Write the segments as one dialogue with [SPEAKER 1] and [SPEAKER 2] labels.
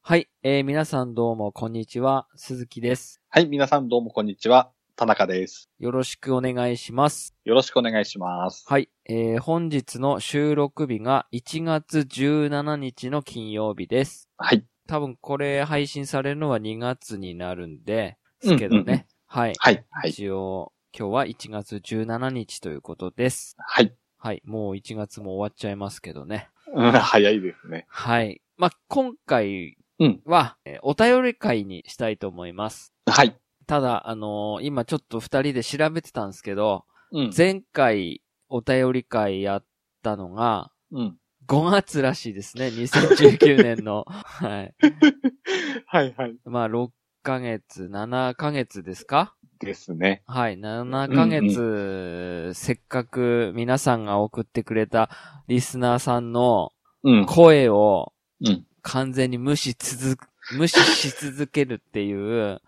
[SPEAKER 1] はい、えー皆さんどうもこんにちは、鈴木です。
[SPEAKER 2] はい、皆さんどうもこんにちは。田中です。
[SPEAKER 1] よろしくお願いします。
[SPEAKER 2] よろしくお願いします。
[SPEAKER 1] はい、えー本日の収録日が1月17日の金曜日です。
[SPEAKER 2] はい。
[SPEAKER 1] 多分これ配信されるのは2月になるんで、ですけどね。
[SPEAKER 2] うんうんうん
[SPEAKER 1] はい。
[SPEAKER 2] はい、はい、
[SPEAKER 1] 一応、今日は1月17日ということです。
[SPEAKER 2] はい。
[SPEAKER 1] はい、もう1月も終わっちゃいますけどね。
[SPEAKER 2] うん、早いですね。
[SPEAKER 1] はい。まあ、今回
[SPEAKER 2] うん
[SPEAKER 1] は、えーお便り会にしたいと思います。
[SPEAKER 2] はい。
[SPEAKER 1] ただ、あのー今ちょっと二人で調べてたんですけど、
[SPEAKER 2] うん。
[SPEAKER 1] 前回お便り会やったのが、
[SPEAKER 2] うん。
[SPEAKER 1] 5月らしいですね、2019年 の。はい。
[SPEAKER 2] はい、はい。
[SPEAKER 1] まあ、6ヶ月、7ヶ月ですか
[SPEAKER 2] ですね。
[SPEAKER 1] はい、7ヶ月、せっかく皆さんが送ってくれたリスナーさんの
[SPEAKER 2] うん。
[SPEAKER 1] 声を
[SPEAKER 2] うん。
[SPEAKER 1] 完全に無視続く、無視し続けるっていう、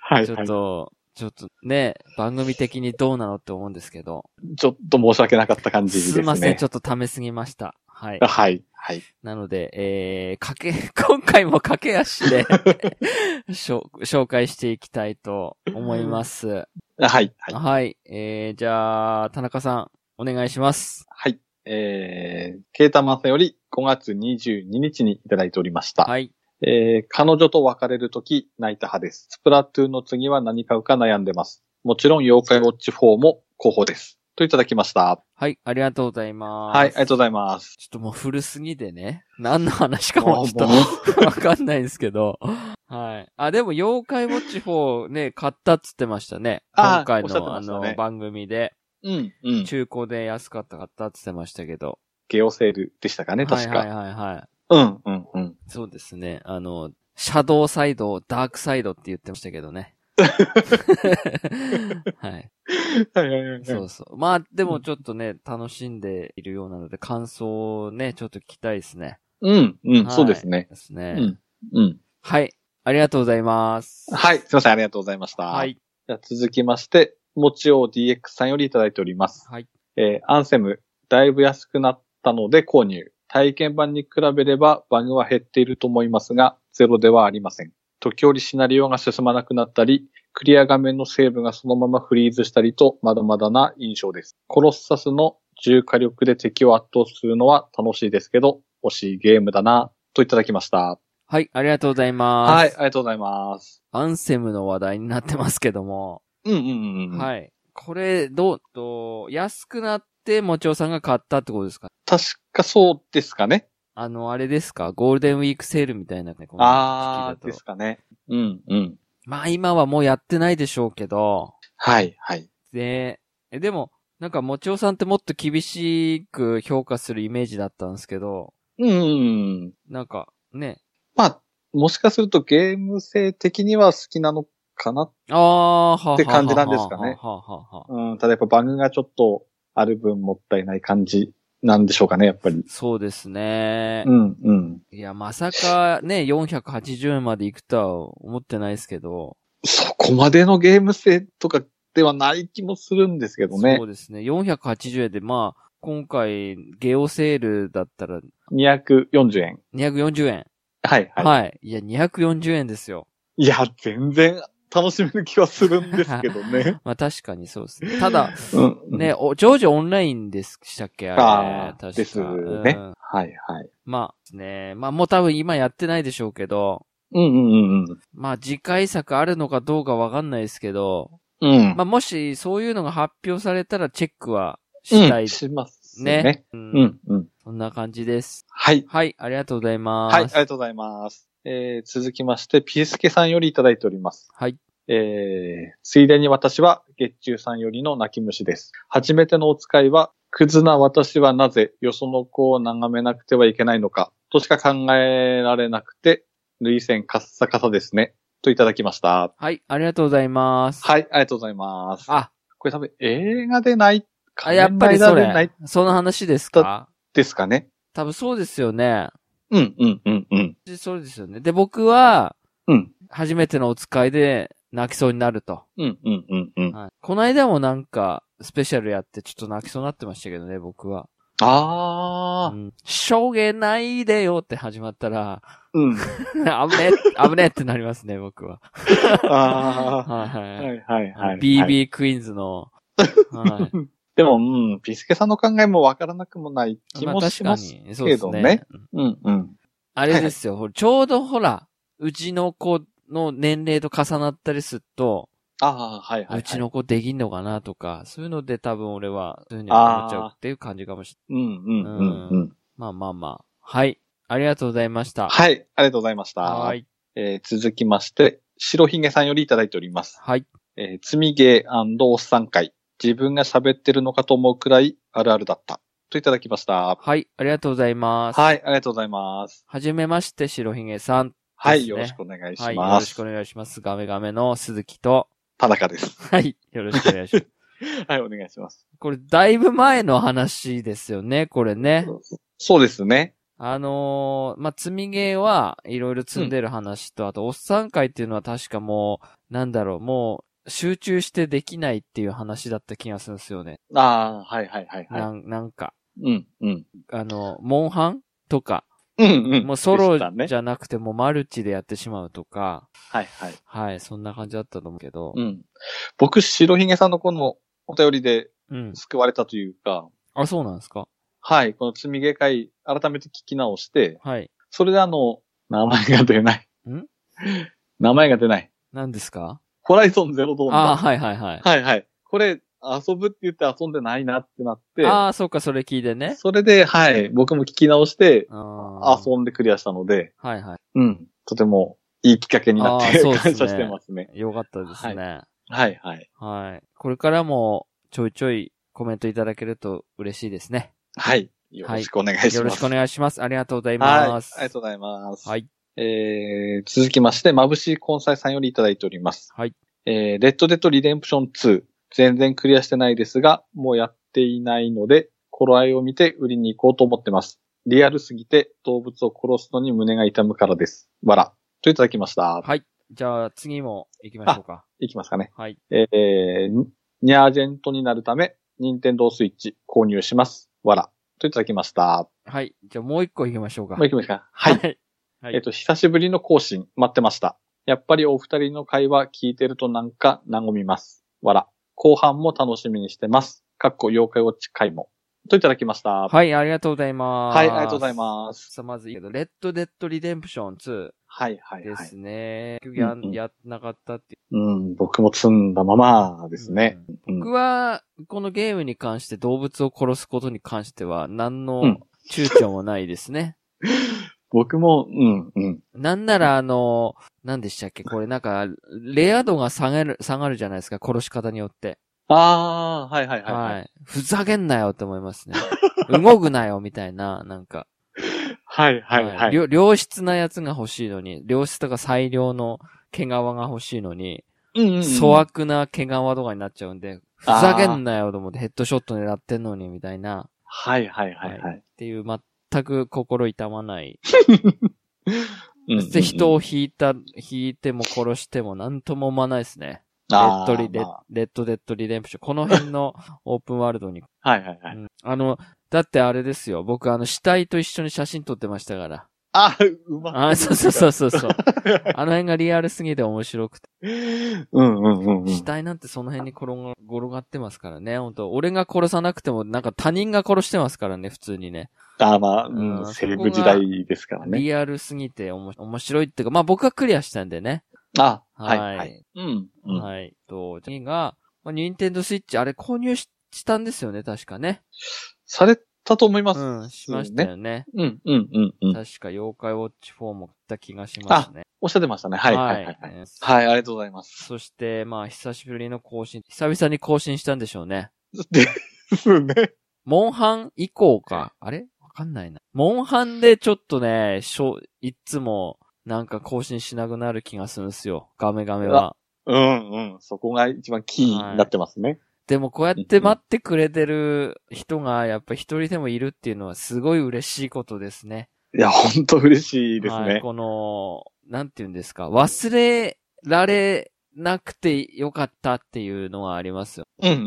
[SPEAKER 2] はい、
[SPEAKER 1] ち
[SPEAKER 2] は
[SPEAKER 1] ょっ
[SPEAKER 2] い。
[SPEAKER 1] と、ちょっとね、番組的にどうなのって思うんですけど、
[SPEAKER 2] ちょっと申し訳なかった感じですね。
[SPEAKER 1] すいません、ちょっとためすぎました。はい。
[SPEAKER 2] はい、はい。
[SPEAKER 1] なので、えー、かけ、 今回も駆け足で しょ、紹介していきたいと思います。
[SPEAKER 2] はい、はい。
[SPEAKER 1] はい。えー、じゃあ、田中さん、お願いします。
[SPEAKER 2] はい。えー、ケータマサより5月22日にいただいておりました。
[SPEAKER 1] はい。
[SPEAKER 2] えー彼女と別れるとき泣いた派です。スプラトゥーンの次は何買うか悩んでます。もちろん妖怪ウォッチ4も候補です。といただきました。
[SPEAKER 1] はい、ありがとうございます。
[SPEAKER 2] はい、ありがとう
[SPEAKER 1] う
[SPEAKER 2] ございます。
[SPEAKER 1] ちょっともう古すぎでね、何の話かもちょっと
[SPEAKER 2] もう
[SPEAKER 1] わかんないですけど。はい。あ、でも、妖怪ウォッチ4ね、買ったっつってましたね。
[SPEAKER 2] あー
[SPEAKER 1] 今回
[SPEAKER 2] おっしゃって
[SPEAKER 1] の、あ
[SPEAKER 2] ましたね
[SPEAKER 1] の、番組で、
[SPEAKER 2] うん、うん。
[SPEAKER 1] 中古で安かった買ったっつってましたけど。
[SPEAKER 2] ゲオセールでしたかね、確か。
[SPEAKER 1] はいはいはいはい。
[SPEAKER 2] うん、うん、うん。
[SPEAKER 1] そうですね。あの、シャドウサイドをダークサイドって言ってましたけど ね。はい。
[SPEAKER 2] はいはいはい
[SPEAKER 1] そうそう。まあ、でもちょっとね、楽しんでいるようなので、感想をね、ちょっと聞きたいですね。
[SPEAKER 2] うん、うん、
[SPEAKER 1] はい
[SPEAKER 2] そうですね。
[SPEAKER 1] です
[SPEAKER 2] う
[SPEAKER 1] ね。
[SPEAKER 2] ん、うん。
[SPEAKER 1] はい。ありがとうございます。
[SPEAKER 2] はい、すいません、ありがとうございました。
[SPEAKER 1] は。い。
[SPEAKER 2] じゃあ続きまして、もちお DX さんよりいただいております。
[SPEAKER 1] はい。
[SPEAKER 2] えーアンセム、だいぶ安くなったので購入。体験版に比べればバグは減っていると思いますが、ゼロではありません。時折シナリオが進まなくなったり、クリア画面のセーブがそのままフリーズしたりと、まだまだな印象です。コロッサスの重火力で敵を圧倒するのは楽しいですけど、惜しいゲームだな、といただきました。
[SPEAKER 1] はい、ありがとうございます。
[SPEAKER 2] はい、ありがとうございます。
[SPEAKER 1] アンセムの話題になってますけども。
[SPEAKER 2] うんうんうん。い。
[SPEAKER 1] はい。これ、どう、と、安くなって、もちおさんが買ったってことですか
[SPEAKER 2] 確かそうですかね。
[SPEAKER 1] あの、あれですかゴールデンウィークセールみたいなね。この
[SPEAKER 2] あ
[SPEAKER 1] 時期
[SPEAKER 2] ー、で
[SPEAKER 1] だ
[SPEAKER 2] す
[SPEAKER 1] と
[SPEAKER 2] かね。うんうん。
[SPEAKER 1] まあ今はもうやってないでしょうけど。
[SPEAKER 2] はい、はい。
[SPEAKER 1] で、え、でも、なんかもちおさんってもっと厳しく評価するイメージだったんですけど、
[SPEAKER 2] うんうんうん。
[SPEAKER 1] なんか、ね。
[SPEAKER 2] まあ、もしかするとゲーム性的には好きなのかな。
[SPEAKER 1] あー、ははは
[SPEAKER 2] って感じなんですかね
[SPEAKER 1] はははは
[SPEAKER 2] うん、ただやっぱバグがちょっとある分もったいない感じなんでしょうかね、やっぱり。
[SPEAKER 1] そうですね
[SPEAKER 2] う。ん、うん。
[SPEAKER 1] いや、まさかね、480まで行くとは思ってないですけど。
[SPEAKER 2] そこまでのゲーム性とかではない気もするんですけどね
[SPEAKER 1] そう。ですね。480円で、まあ、今回、ゲオセールだったら
[SPEAKER 2] 240円。
[SPEAKER 1] 240円。
[SPEAKER 2] はい、は。
[SPEAKER 1] はいい。い、や、240円ですよ。
[SPEAKER 2] い、や、全然楽しめる気はするんですけど ね。
[SPEAKER 1] まあ確かにそうですね。ただ、
[SPEAKER 2] うん。うん。
[SPEAKER 1] ね、お、常時オンラインでしたっけあれ。
[SPEAKER 2] あ
[SPEAKER 1] 確か
[SPEAKER 2] あですね。
[SPEAKER 1] うん
[SPEAKER 2] はい、はい。
[SPEAKER 1] まあ、ね。まあもう多分今やってないでしょうけど、
[SPEAKER 2] うん、うん、うん。
[SPEAKER 1] まあ次回作あるのかどうかわかんないですけど、
[SPEAKER 2] うん。
[SPEAKER 1] まあもしそういうのが発表されたらチェックはした
[SPEAKER 2] う
[SPEAKER 1] い
[SPEAKER 2] ん、します
[SPEAKER 1] ね。
[SPEAKER 2] ね。
[SPEAKER 1] うん
[SPEAKER 2] うん、うん。
[SPEAKER 1] そんな感じです。
[SPEAKER 2] はい。
[SPEAKER 1] はい、ありがとうございます。
[SPEAKER 2] はい、ありがとうございます。えー、続きまして、ピースケさんよりいただいております。
[SPEAKER 1] はい。
[SPEAKER 2] えー、ついでに私は月中さんよりの泣き虫です。初めてのお使いは、クズな私はなぜよその子を眺めなくてはいけないのか、としか考えられなくて、類線カッサカサですね。といただきました。
[SPEAKER 1] はい、ありがとうございます。
[SPEAKER 2] はい、ありがとうございます。
[SPEAKER 1] あ、
[SPEAKER 2] これ多分映画でない、
[SPEAKER 1] あやっぱりそ
[SPEAKER 2] 仮面ライダーでな
[SPEAKER 1] れ
[SPEAKER 2] い、
[SPEAKER 1] その話ですか
[SPEAKER 2] ですかね。
[SPEAKER 1] 多分そうですよね。
[SPEAKER 2] うん、うん、うん、うん。
[SPEAKER 1] でそうですよね。で、僕は、
[SPEAKER 2] うん、
[SPEAKER 1] 初めてのお使いで泣きそうになると。
[SPEAKER 2] うん、うん、うん、うん。
[SPEAKER 1] はい、この間もなんか、スペシャルやってちょっと泣きそうになってましたけどね、僕は。う
[SPEAKER 2] ああ、
[SPEAKER 1] んしょげないでよって始まったら、
[SPEAKER 2] うん。
[SPEAKER 1] 危ねえ、危ねえってなりますね、僕は。
[SPEAKER 2] あ
[SPEAKER 1] はいは
[SPEAKER 2] あ、
[SPEAKER 1] い。
[SPEAKER 2] はいはいはい。はい。
[SPEAKER 1] BB クイーンズの、 は
[SPEAKER 2] でも、うん、ピスケさんの考えもわからなくもない
[SPEAKER 1] い。
[SPEAKER 2] 気
[SPEAKER 1] ま
[SPEAKER 2] も
[SPEAKER 1] あ
[SPEAKER 2] し
[SPEAKER 1] 確か
[SPEAKER 2] ます。
[SPEAKER 1] に、そうです
[SPEAKER 2] けどね
[SPEAKER 1] ね。
[SPEAKER 2] うん、うん。
[SPEAKER 1] あれですよ、ほらちょうどほら、うちの子の年齢と重なったりすると、
[SPEAKER 2] ああ、はいはい、はい。
[SPEAKER 1] うちの子できんのかなとか、そういうので多分俺は、そういうふうに思っちゃうっていう感じかもしれない。
[SPEAKER 2] うん、うん、うん、うん。
[SPEAKER 1] まあまあまあ。はい。ありがとうございました。
[SPEAKER 2] はい、ありがとうございました。
[SPEAKER 1] は。い。
[SPEAKER 2] えー続きまして、白ひげさんよりいただいております。
[SPEAKER 1] はい。
[SPEAKER 2] えー、積みゲーおっさん会。自分が喋ってるのかと思うくらいあるあるだった。といただきました。
[SPEAKER 1] はい。ありがとうございます。。
[SPEAKER 2] はいい、ありがとうございます。
[SPEAKER 1] はじめまして、白ひげさん。
[SPEAKER 2] はい、
[SPEAKER 1] ですね
[SPEAKER 2] よろしくお願いし
[SPEAKER 1] はい。よ
[SPEAKER 2] ま
[SPEAKER 1] ろし
[SPEAKER 2] す。
[SPEAKER 1] くお願いします。ガメガメの鈴木と。
[SPEAKER 2] 田中です。
[SPEAKER 1] はい。よろしくお願いし ます。
[SPEAKER 2] はい、お願いします。
[SPEAKER 1] これ、だいぶ前の話ですよね、これね。
[SPEAKER 2] そうですね。
[SPEAKER 1] あのー、まあ、積みゲーはいろいろ積んでる話と、あと、おっさん会っていうのは確かもう、なんだろう、もう、集中してできないっていう話だった気がするんですよね。
[SPEAKER 2] ああ、はいはいはいは
[SPEAKER 1] なんなんか、
[SPEAKER 2] い。うん、うん。
[SPEAKER 1] あの、モンハンとか、
[SPEAKER 2] うん、うん。
[SPEAKER 1] もうソロ
[SPEAKER 2] でしたね
[SPEAKER 1] じ。ゃなくてもマルチでやってしまうとか、
[SPEAKER 2] はいはい。
[SPEAKER 1] はい、そんな感じだったと思うけど
[SPEAKER 2] う、ん。僕、白ひげさんのこのお便りで
[SPEAKER 1] うん。
[SPEAKER 2] 救われたというか、
[SPEAKER 1] あ、そうなんですか
[SPEAKER 2] はい、この積みゲー会、改めて聞き直して、
[SPEAKER 1] はい。
[SPEAKER 2] それであの、名前が出ない。
[SPEAKER 1] ん
[SPEAKER 2] 名前が出ない。
[SPEAKER 1] 何ですか
[SPEAKER 2] ホライゾンゼロドーン
[SPEAKER 1] あ
[SPEAKER 2] だ。
[SPEAKER 1] はいはいはい。
[SPEAKER 2] はいはい。これ、遊ぶって言って遊んでないなってなって、
[SPEAKER 1] ああ、そうか、それ聞いてね。
[SPEAKER 2] それで、はい、僕も聞き直して、
[SPEAKER 1] ああ。
[SPEAKER 2] 遊んでクリアしたので、
[SPEAKER 1] はいは
[SPEAKER 2] うん、とてもいいきっかけになって
[SPEAKER 1] あーそうっすね
[SPEAKER 2] 感謝してますね。
[SPEAKER 1] い。よかったですね。
[SPEAKER 2] はいはい。
[SPEAKER 1] はい。これからも、ちょいちょいコメントいただけると嬉しいですね。
[SPEAKER 2] はい。よろしくお願いします。
[SPEAKER 1] よろしくお願いします。ありがとうござい
[SPEAKER 2] はい。
[SPEAKER 1] ま
[SPEAKER 2] あ
[SPEAKER 1] す。
[SPEAKER 2] りがとうございます。
[SPEAKER 1] はい。
[SPEAKER 2] えー、続きまして、まぶしい根菜さんよりいただいております。
[SPEAKER 1] はい。
[SPEAKER 2] えー、レッドデッドリデンプション2。全然クリアしてないですが、もうやっていないので、頃合いを見て売りに行こうと思ってます。リアルすぎて動物を殺すのに胸が痛むからです。わら。といただきました。
[SPEAKER 1] はい。じゃあ、次も行きましょうか。
[SPEAKER 2] いきますかね。
[SPEAKER 1] はい。
[SPEAKER 2] えー、にニャージェントになるため、ニンテンドースイッチ購入します。わら。といただきました。
[SPEAKER 1] はい。じゃあ、もう一個行きましょうか。
[SPEAKER 2] もう行きますか。はい。
[SPEAKER 1] い。はい
[SPEAKER 2] えっと、久しぶりの更新、待ってました。やっぱりお二人の会話聞いてるとなんか和みます。わら。後半も楽しみにしてます。かっこ妖怪ウォッチ会も。といただきました。はい、
[SPEAKER 1] はい、ありがとうございます。
[SPEAKER 2] ありがとうございます。
[SPEAKER 1] さあ、まずいいけど、レッド・デッド・リデンプション2
[SPEAKER 2] はい、はい、
[SPEAKER 1] で
[SPEAKER 2] はい
[SPEAKER 1] す。ね。結局やん
[SPEAKER 2] うんうん
[SPEAKER 1] やんなかったっていう。
[SPEAKER 2] うん、僕も積んだままですね。うん
[SPEAKER 1] 僕は、このゲームに関して動物を殺すことに関しては、何の
[SPEAKER 2] うん
[SPEAKER 1] 躊躇もないですね。
[SPEAKER 2] 僕も、うん、うん。
[SPEAKER 1] なんなら、あの、何でしたっけこれなんか、レア度が下がる、下がるじゃないですか、殺し方によって。
[SPEAKER 2] あー、はい、はい、は
[SPEAKER 1] はいい。
[SPEAKER 2] はい。
[SPEAKER 1] ふざけんなよって思いますね。 動くなよ、みたいな、なんか。
[SPEAKER 2] はい、はい、
[SPEAKER 1] は
[SPEAKER 2] はいい。
[SPEAKER 1] 良良質なやつが欲しいのに、良質とか最良の毛皮が欲しいのに、
[SPEAKER 2] うんうんうん
[SPEAKER 1] 粗悪な毛皮とかになっちゃうんで、ふ
[SPEAKER 2] あー
[SPEAKER 1] ざけんなよと思ってヘッドショット狙ってんのに、みたいな、
[SPEAKER 2] はい、はい、はい、はい。
[SPEAKER 1] っていう全く心痛まない。
[SPEAKER 2] うんう
[SPEAKER 1] そ
[SPEAKER 2] ん
[SPEAKER 1] して人を引いた、引いても殺しても何とも思わないですね。レッ
[SPEAKER 2] あー
[SPEAKER 1] ドリレッ、
[SPEAKER 2] ま
[SPEAKER 1] レッドデッドリデンプション。この辺 のオープンワールドに、
[SPEAKER 2] あはい、はい、は
[SPEAKER 1] う
[SPEAKER 2] い。
[SPEAKER 1] んあの、だってあれですよ。僕あの死体と一緒に写真撮ってました から。
[SPEAKER 2] あー、うま
[SPEAKER 1] あー、そうそうそうそうそう。あの辺がリアルすぎて面白くて。
[SPEAKER 2] うん、うん、うん。うん
[SPEAKER 1] 死体なんてその辺に転が、転がってますからね、本当俺が殺さなくても、なんか他人が殺してますからね、普通にね。
[SPEAKER 2] あーまあ、
[SPEAKER 1] う
[SPEAKER 2] うんん、セレブ時代ですからね。
[SPEAKER 1] リアルすぎておも面白いっていうか、まあ僕はクリアしたんでね。
[SPEAKER 2] あ、
[SPEAKER 1] は
[SPEAKER 2] はいい、はい。うん、うん。
[SPEAKER 1] はい。と、次が、まあ、ニンテンドスイッチ、あれ購入ししたんですよね、確かね。
[SPEAKER 2] されたと思います。
[SPEAKER 1] うん、しましたよね。
[SPEAKER 2] うん、うん、うん、うん。
[SPEAKER 1] 確か、妖怪ウォッチ4も買った気がしますね。
[SPEAKER 2] おっしゃってましたね。はい、はい、はい。はい、
[SPEAKER 1] ね
[SPEAKER 2] はい、ありがとうございます。
[SPEAKER 1] そして、まあ、久しぶりの更新、久々に更新したんでしょうね。
[SPEAKER 2] ですね。
[SPEAKER 1] モンハン以降か。あれわかんないな。モンハンでちょっとね、しょ、いつも、なんか更新しなくなる気がするんですよ。ガメガメは。
[SPEAKER 2] うん、うん。そこが一番キーになってますね。
[SPEAKER 1] でもこうやって待ってくれてる人が、やっぱ一人でもいるっていうのはすごい嬉しいことですね。
[SPEAKER 2] い、や、ほんと嬉しいです
[SPEAKER 1] はい
[SPEAKER 2] ね。
[SPEAKER 1] この、なんて言うんですか。忘れられなくてよかったっていうのはありますよ。
[SPEAKER 2] うん、うん、う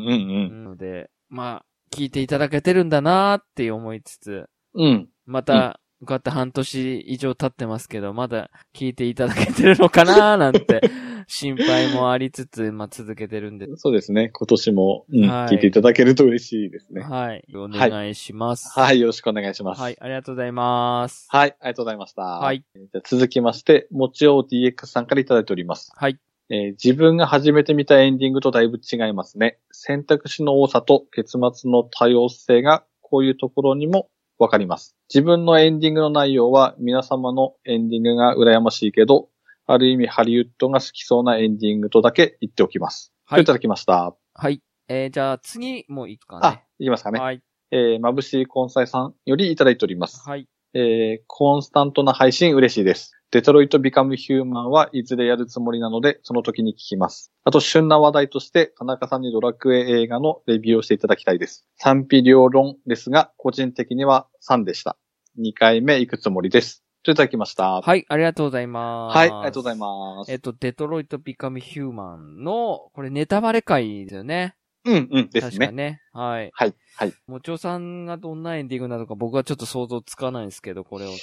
[SPEAKER 2] ん。
[SPEAKER 1] ので、まあ、聞いていただけてるんだなーって思いつつ、
[SPEAKER 2] うん。
[SPEAKER 1] また、こうやって半年以上経ってますけど、まだ聞いていただけてるのかな ーなんて、心配もありつつ、まあ、続けてるんで、
[SPEAKER 2] そうですね。今年も、うん、
[SPEAKER 1] はい
[SPEAKER 2] 聞いていただけると嬉しいですね。
[SPEAKER 1] はい。お願いします。
[SPEAKER 2] はい、よろしくお願いします。
[SPEAKER 1] はい、ありがとうございます。
[SPEAKER 2] はい、ありがとうございました。
[SPEAKER 1] は。い。
[SPEAKER 2] じゃあ続きまして、もちお DX さんからいただいております。
[SPEAKER 1] はい。
[SPEAKER 2] えー自分が始めてみたエンディングとだいぶ違いますね。選択肢の多さと結末の多様性がこういうところにもわかります。自分のエンディングの内容は皆様のエンディングが羨ましいけど、ある意味ハリウッドが好きそうなエンディングとだけ言っておきます。
[SPEAKER 1] はい
[SPEAKER 2] い。いただきました。
[SPEAKER 1] はい。えー、じゃあ次もいくか
[SPEAKER 2] あ
[SPEAKER 1] ね。、
[SPEAKER 2] いきますかね。
[SPEAKER 1] はい。
[SPEAKER 2] えー、眩しい根菜さんよりいただいております。
[SPEAKER 1] はい。
[SPEAKER 2] えーコンスタントな配信嬉しいです。デトロイトビカムヒューマンはいずれやるつもりなので、その時に聞きます。あと、旬な話題として、田中さんにドラクエ映画のレビューをしていただきたいです。賛否両論ですが、個人的には3でした。2回目行くつもりです。といただきました。はい、
[SPEAKER 1] はい、ありがとうございます。
[SPEAKER 2] ありがとうございます
[SPEAKER 1] え。っと、デトロイト・ビカム・ヒューマンの、これネタバレ会ですよね。
[SPEAKER 2] うん、うん、です
[SPEAKER 1] 確か
[SPEAKER 2] ね。
[SPEAKER 1] ね。はい。
[SPEAKER 2] はい、はい。
[SPEAKER 1] もちおさんがどんなエンディングなのか僕はちょっと想像つかないんですけど、これをって。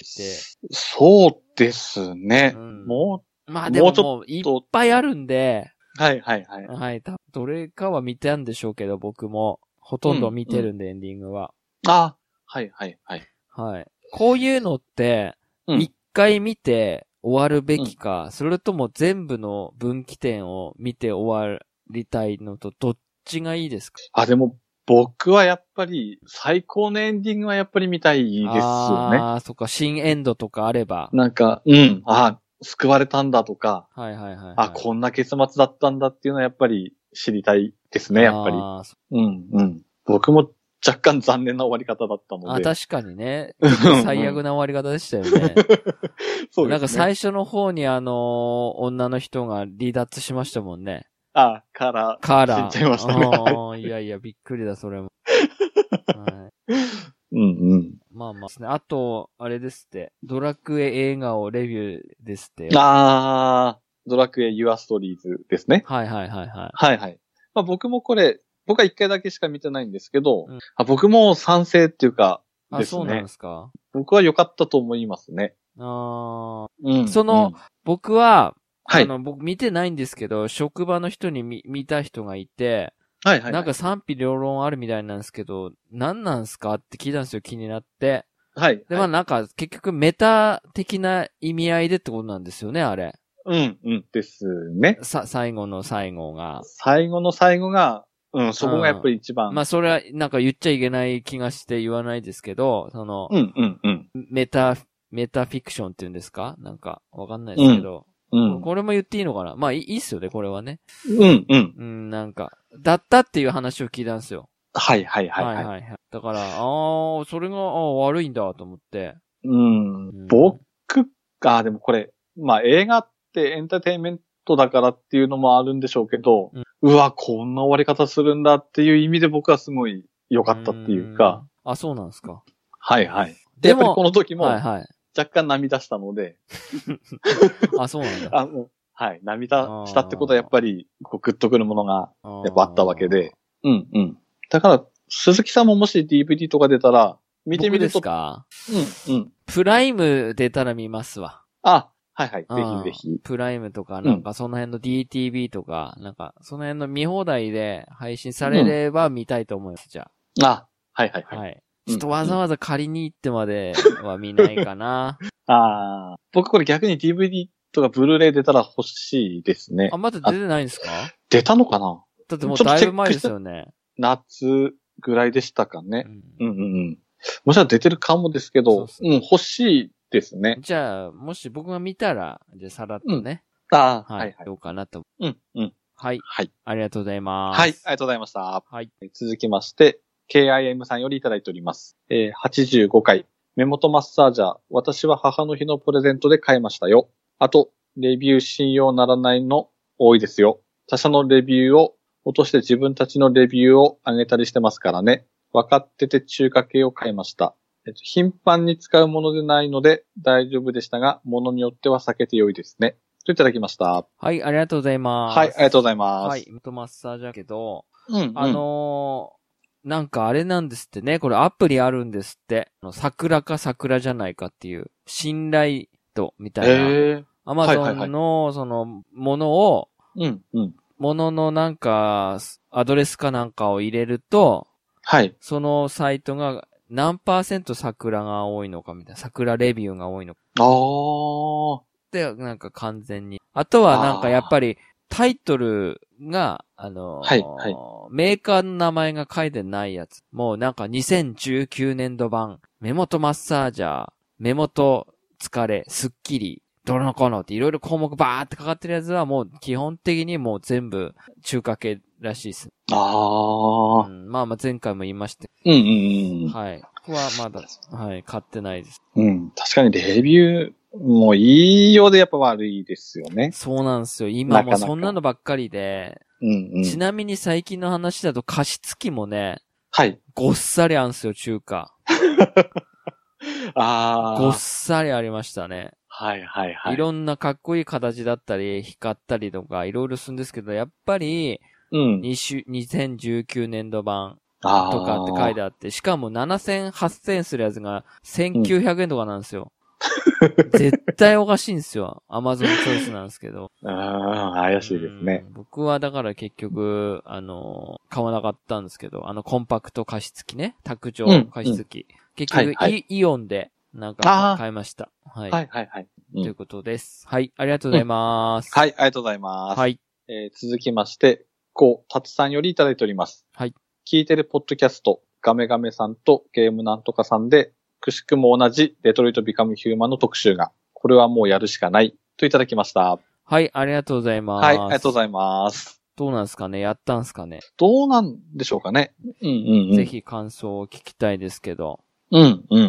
[SPEAKER 2] そうですね。
[SPEAKER 1] うん
[SPEAKER 2] も
[SPEAKER 1] まあでも
[SPEAKER 2] もうちょっ
[SPEAKER 1] もういっぱいあるんで、
[SPEAKER 2] う、はい、はい、はい。
[SPEAKER 1] はい、たどれかは見たんでしょうけど、僕も。ほとんど見てるんで、エンディングは。
[SPEAKER 2] あ、はい、はい、はい。
[SPEAKER 1] はい。こういうのって、
[SPEAKER 2] うん
[SPEAKER 1] 一回見て終わるべきか、それとも全部の分岐点を見て終わりたいのと、どっちがいいですか
[SPEAKER 2] あ、でも、僕はやっぱり、最高のエンディングはやっぱり見たいですよね。
[SPEAKER 1] ああ、そっか、新エンドとかあれば。
[SPEAKER 2] なんか、うん、あ、救われたんだとか、
[SPEAKER 1] はいはいはい、はい。
[SPEAKER 2] あ、こんな結末だったんだっていうのはやっぱり知りたいですね、やっぱり。
[SPEAKER 1] あーそ
[SPEAKER 2] うん、うん。僕も若干残念な終わり方だったの
[SPEAKER 1] あ、
[SPEAKER 2] で。
[SPEAKER 1] 確かに ね。
[SPEAKER 2] うん
[SPEAKER 1] 最悪な終わり方でしたよね。
[SPEAKER 2] そうですね。
[SPEAKER 1] なんか最初の方にあのー女の人が離脱しましたもんね。
[SPEAKER 2] あ、から、
[SPEAKER 1] カーラー。
[SPEAKER 2] 死んじゃいましたね
[SPEAKER 1] うんいやいや、びっくりだ、それも。はい
[SPEAKER 2] うん、うん。
[SPEAKER 1] まあまあですね。あと、あれですって。ドラクエ映画をレビューですって。はい
[SPEAKER 2] あー、ドラクエ Your Stories ですね。
[SPEAKER 1] はいはいはい。
[SPEAKER 2] はいはい。まあ僕もこれ、僕は一回だけしか見てないんですけど、
[SPEAKER 1] うん
[SPEAKER 2] あ僕も賛成っていうか、
[SPEAKER 1] あ、
[SPEAKER 2] ですね
[SPEAKER 1] そうなんですか。
[SPEAKER 2] 僕は良かったと思いますね。
[SPEAKER 1] あー
[SPEAKER 2] うん
[SPEAKER 1] その
[SPEAKER 2] うん
[SPEAKER 1] 僕は、
[SPEAKER 2] は
[SPEAKER 1] あ
[SPEAKER 2] い。
[SPEAKER 1] の、僕見てないんですけど、職場の人に見見た人がいて、
[SPEAKER 2] はいはい。
[SPEAKER 1] なんか、賛否両論あるみたいなんですけど、何なんですかって聞いたんですよ、気になって。
[SPEAKER 2] はい。
[SPEAKER 1] で、まあなんか、結局メタ的な意味合いでってことなんですよね、あれ。
[SPEAKER 2] うん、うんですね。
[SPEAKER 1] さ、最後の最後が。
[SPEAKER 2] 最後の最後が、うん、そこがやっぱり一番。
[SPEAKER 1] まあそれは、なんか言っちゃいけない気がして言わないですけど、その、
[SPEAKER 2] うん、うん、うん。
[SPEAKER 1] メタ、メタフィクションって言うんですかなんか、わかんないですけど、
[SPEAKER 2] うん、
[SPEAKER 1] これも言っていいのかなまあいいいいっすよね、これはね。
[SPEAKER 2] うん、うん。
[SPEAKER 1] うん、なんか、だったっていう話を聞いたんですよ。
[SPEAKER 2] はい、はい、
[SPEAKER 1] はいはい
[SPEAKER 2] はい。はい
[SPEAKER 1] はい。だから、ああ、それが、あー悪いんだと思って。
[SPEAKER 2] うん、僕が、でもこれ、まあ映画ってエンターテインメントだからっていうのもあるんでしょうけど、
[SPEAKER 1] う
[SPEAKER 2] うんわ、こんな終わり方するんだっていう意味で僕はすごい良かったっていうか、
[SPEAKER 1] うん。あ、そうなんですか。
[SPEAKER 2] はい、はい。で、
[SPEAKER 1] で
[SPEAKER 2] やっぱりこ
[SPEAKER 1] も、
[SPEAKER 2] の時も
[SPEAKER 1] はい
[SPEAKER 2] 若
[SPEAKER 1] はい。
[SPEAKER 2] 干涙したので、
[SPEAKER 1] あ、そうなんだ。
[SPEAKER 2] あ、もう、はい、涙したってことはやっぱり、こう、グッとくるものがやっぱあったわけで。うんうん。だから、鈴木さんももし DVD とか出たら、
[SPEAKER 1] 見
[SPEAKER 2] 見て
[SPEAKER 1] て
[SPEAKER 2] み
[SPEAKER 1] み
[SPEAKER 2] る
[SPEAKER 1] で
[SPEAKER 2] と。
[SPEAKER 1] すか
[SPEAKER 2] うんうん。
[SPEAKER 1] プライム出たら見ますわ。
[SPEAKER 2] あ、はいはい。
[SPEAKER 1] うん
[SPEAKER 2] ぜひぜひ。
[SPEAKER 1] プライムとか、なんかその辺の DTV とか、なんかその辺の見放題で配信されれば見たいと思います、じゃ
[SPEAKER 2] あ、はいはい
[SPEAKER 1] あ。
[SPEAKER 2] はい。
[SPEAKER 1] はい。
[SPEAKER 2] うん
[SPEAKER 1] ちょっとわざわざ借りに行ってまでは見ないか な。
[SPEAKER 2] あー僕これ逆に DVD とかブルーレイ出たら欲しいですね
[SPEAKER 1] あ、。まだ出てないんですか
[SPEAKER 2] 出たのかな
[SPEAKER 1] だってもうだいぶ前ですよね。
[SPEAKER 2] 夏ぐらいでしたかね
[SPEAKER 1] う。ん
[SPEAKER 2] うんうんうん。もしかしたら出てるかもですけ
[SPEAKER 1] そう
[SPEAKER 2] ど
[SPEAKER 1] っ、す
[SPEAKER 2] うん、欲しいですね。
[SPEAKER 1] じゃあ、もし僕が見たら、じゃあさらっとね、
[SPEAKER 2] あー
[SPEAKER 1] は、
[SPEAKER 2] はいいはい。
[SPEAKER 1] どうかなと。
[SPEAKER 2] うんうん。
[SPEAKER 1] はい、
[SPEAKER 2] はい。
[SPEAKER 1] ありがとうございます。
[SPEAKER 2] はい、ありがとうございました。
[SPEAKER 1] はい。
[SPEAKER 2] 続きまして、KIM さんよりいただいております。えー85回、目元マッサージャー、私は母の日のプレゼントで買いましたよ。あと、レビュー信用ならないの多いですよ。他社のレビューを落として自分たちのレビューを上げたりしてますからね。分かってて中華系を買いました。えっと、頻繁に使うものでないので大丈夫でしたが、ものによっては避けて良いですね。といただきました。
[SPEAKER 1] はい、ありがとうございます。
[SPEAKER 2] はい、ありがとうございます。
[SPEAKER 1] はい、元マッサージャーけど、
[SPEAKER 2] うん、うん。
[SPEAKER 1] あのなんかあれなんですってね。これアプリあるんですって。あの桜か桜じゃないかっていう、信頼度みたいな。
[SPEAKER 2] ええ。
[SPEAKER 1] アマ
[SPEAKER 2] はいはい
[SPEAKER 1] ゾ
[SPEAKER 2] はい
[SPEAKER 1] ンの、その、ものを、
[SPEAKER 2] うん、うん。
[SPEAKER 1] もののなんか、アドレスかなんかを入れると、
[SPEAKER 2] はい。
[SPEAKER 1] そのサイトが何パーセント桜が多いのかみたいな、桜レビューが多いのか
[SPEAKER 2] ああ。
[SPEAKER 1] って、なんか完全に。あとはなんかやっぱりタイトルが、あのー
[SPEAKER 2] はいはい
[SPEAKER 1] メーカーの名前が書いてないやつ。もうなんか2019年度版、目元マッサージャー、目元疲れ、スッキリ、どのこのっていろいろ項目バーってかかってるやつはもう基本的にもう全部中華系らしいです。
[SPEAKER 2] あ
[SPEAKER 1] う
[SPEAKER 2] あ。
[SPEAKER 1] んまあまあ前回も言いましたけ
[SPEAKER 2] うん、うん
[SPEAKER 1] ど。はい。ここはまだ、はい、買ってないです。
[SPEAKER 2] うん。うん。確かにレビューもいいようでやっぱ悪いですよね。
[SPEAKER 1] そうなんですよ。今
[SPEAKER 2] なか
[SPEAKER 1] も
[SPEAKER 2] なか
[SPEAKER 1] そんなのばっかりで、
[SPEAKER 2] うん、う
[SPEAKER 1] ち
[SPEAKER 2] ん。
[SPEAKER 1] なみに最近の話だと加湿器もね、
[SPEAKER 2] はい。
[SPEAKER 1] ごっさりあんすよ、中華。
[SPEAKER 2] ああ。
[SPEAKER 1] ごっさりありましたね。、
[SPEAKER 2] はい、はい、はいい。
[SPEAKER 1] ろんなかっこいい形だったり、光ったりとか、いろいろするんですけど、やっぱり、
[SPEAKER 2] うん。
[SPEAKER 1] 2週2019年度版
[SPEAKER 2] あ
[SPEAKER 1] とかって書い
[SPEAKER 2] て
[SPEAKER 1] てあって、しかも7000、8000するやつが1900円とかなんですよ。絶対おかしいんですよ。 アマゾンチョイスなんですけど。
[SPEAKER 2] ああ、怪しいですね。
[SPEAKER 1] うん。僕はだから結局、あの、買わなかったんですけど、あの、コンパクト加湿器ね。卓上加湿器。結局、
[SPEAKER 2] はいはい
[SPEAKER 1] イ、イオンで、なんか
[SPEAKER 2] あー
[SPEAKER 1] 買いました。はい。
[SPEAKER 2] はい、はい、はい。う
[SPEAKER 1] と
[SPEAKER 2] ん
[SPEAKER 1] いうことです。はい。ありがとうございます。。
[SPEAKER 2] はいい、ありがとうございます。
[SPEAKER 1] はい。
[SPEAKER 2] えー続きまして、こう、たつさんよりいただいております。
[SPEAKER 1] はい。
[SPEAKER 2] 聞いてるポッドキャスト、ガメガメさんとゲームなんとかさんで、くしくも同じデトロイトビカムヒューマンの特集が、これはもうやるしかない、といただきました。
[SPEAKER 1] はい。ありがとうございます。
[SPEAKER 2] はい、ありがとうご
[SPEAKER 1] います。
[SPEAKER 2] ざいます。
[SPEAKER 1] どうなんですかねやったんですかね、
[SPEAKER 2] どうなんでしょうかね。うんうんうん。
[SPEAKER 1] ぜ。ひ感想を聞きたいですけど。
[SPEAKER 2] うんうん。
[SPEAKER 1] は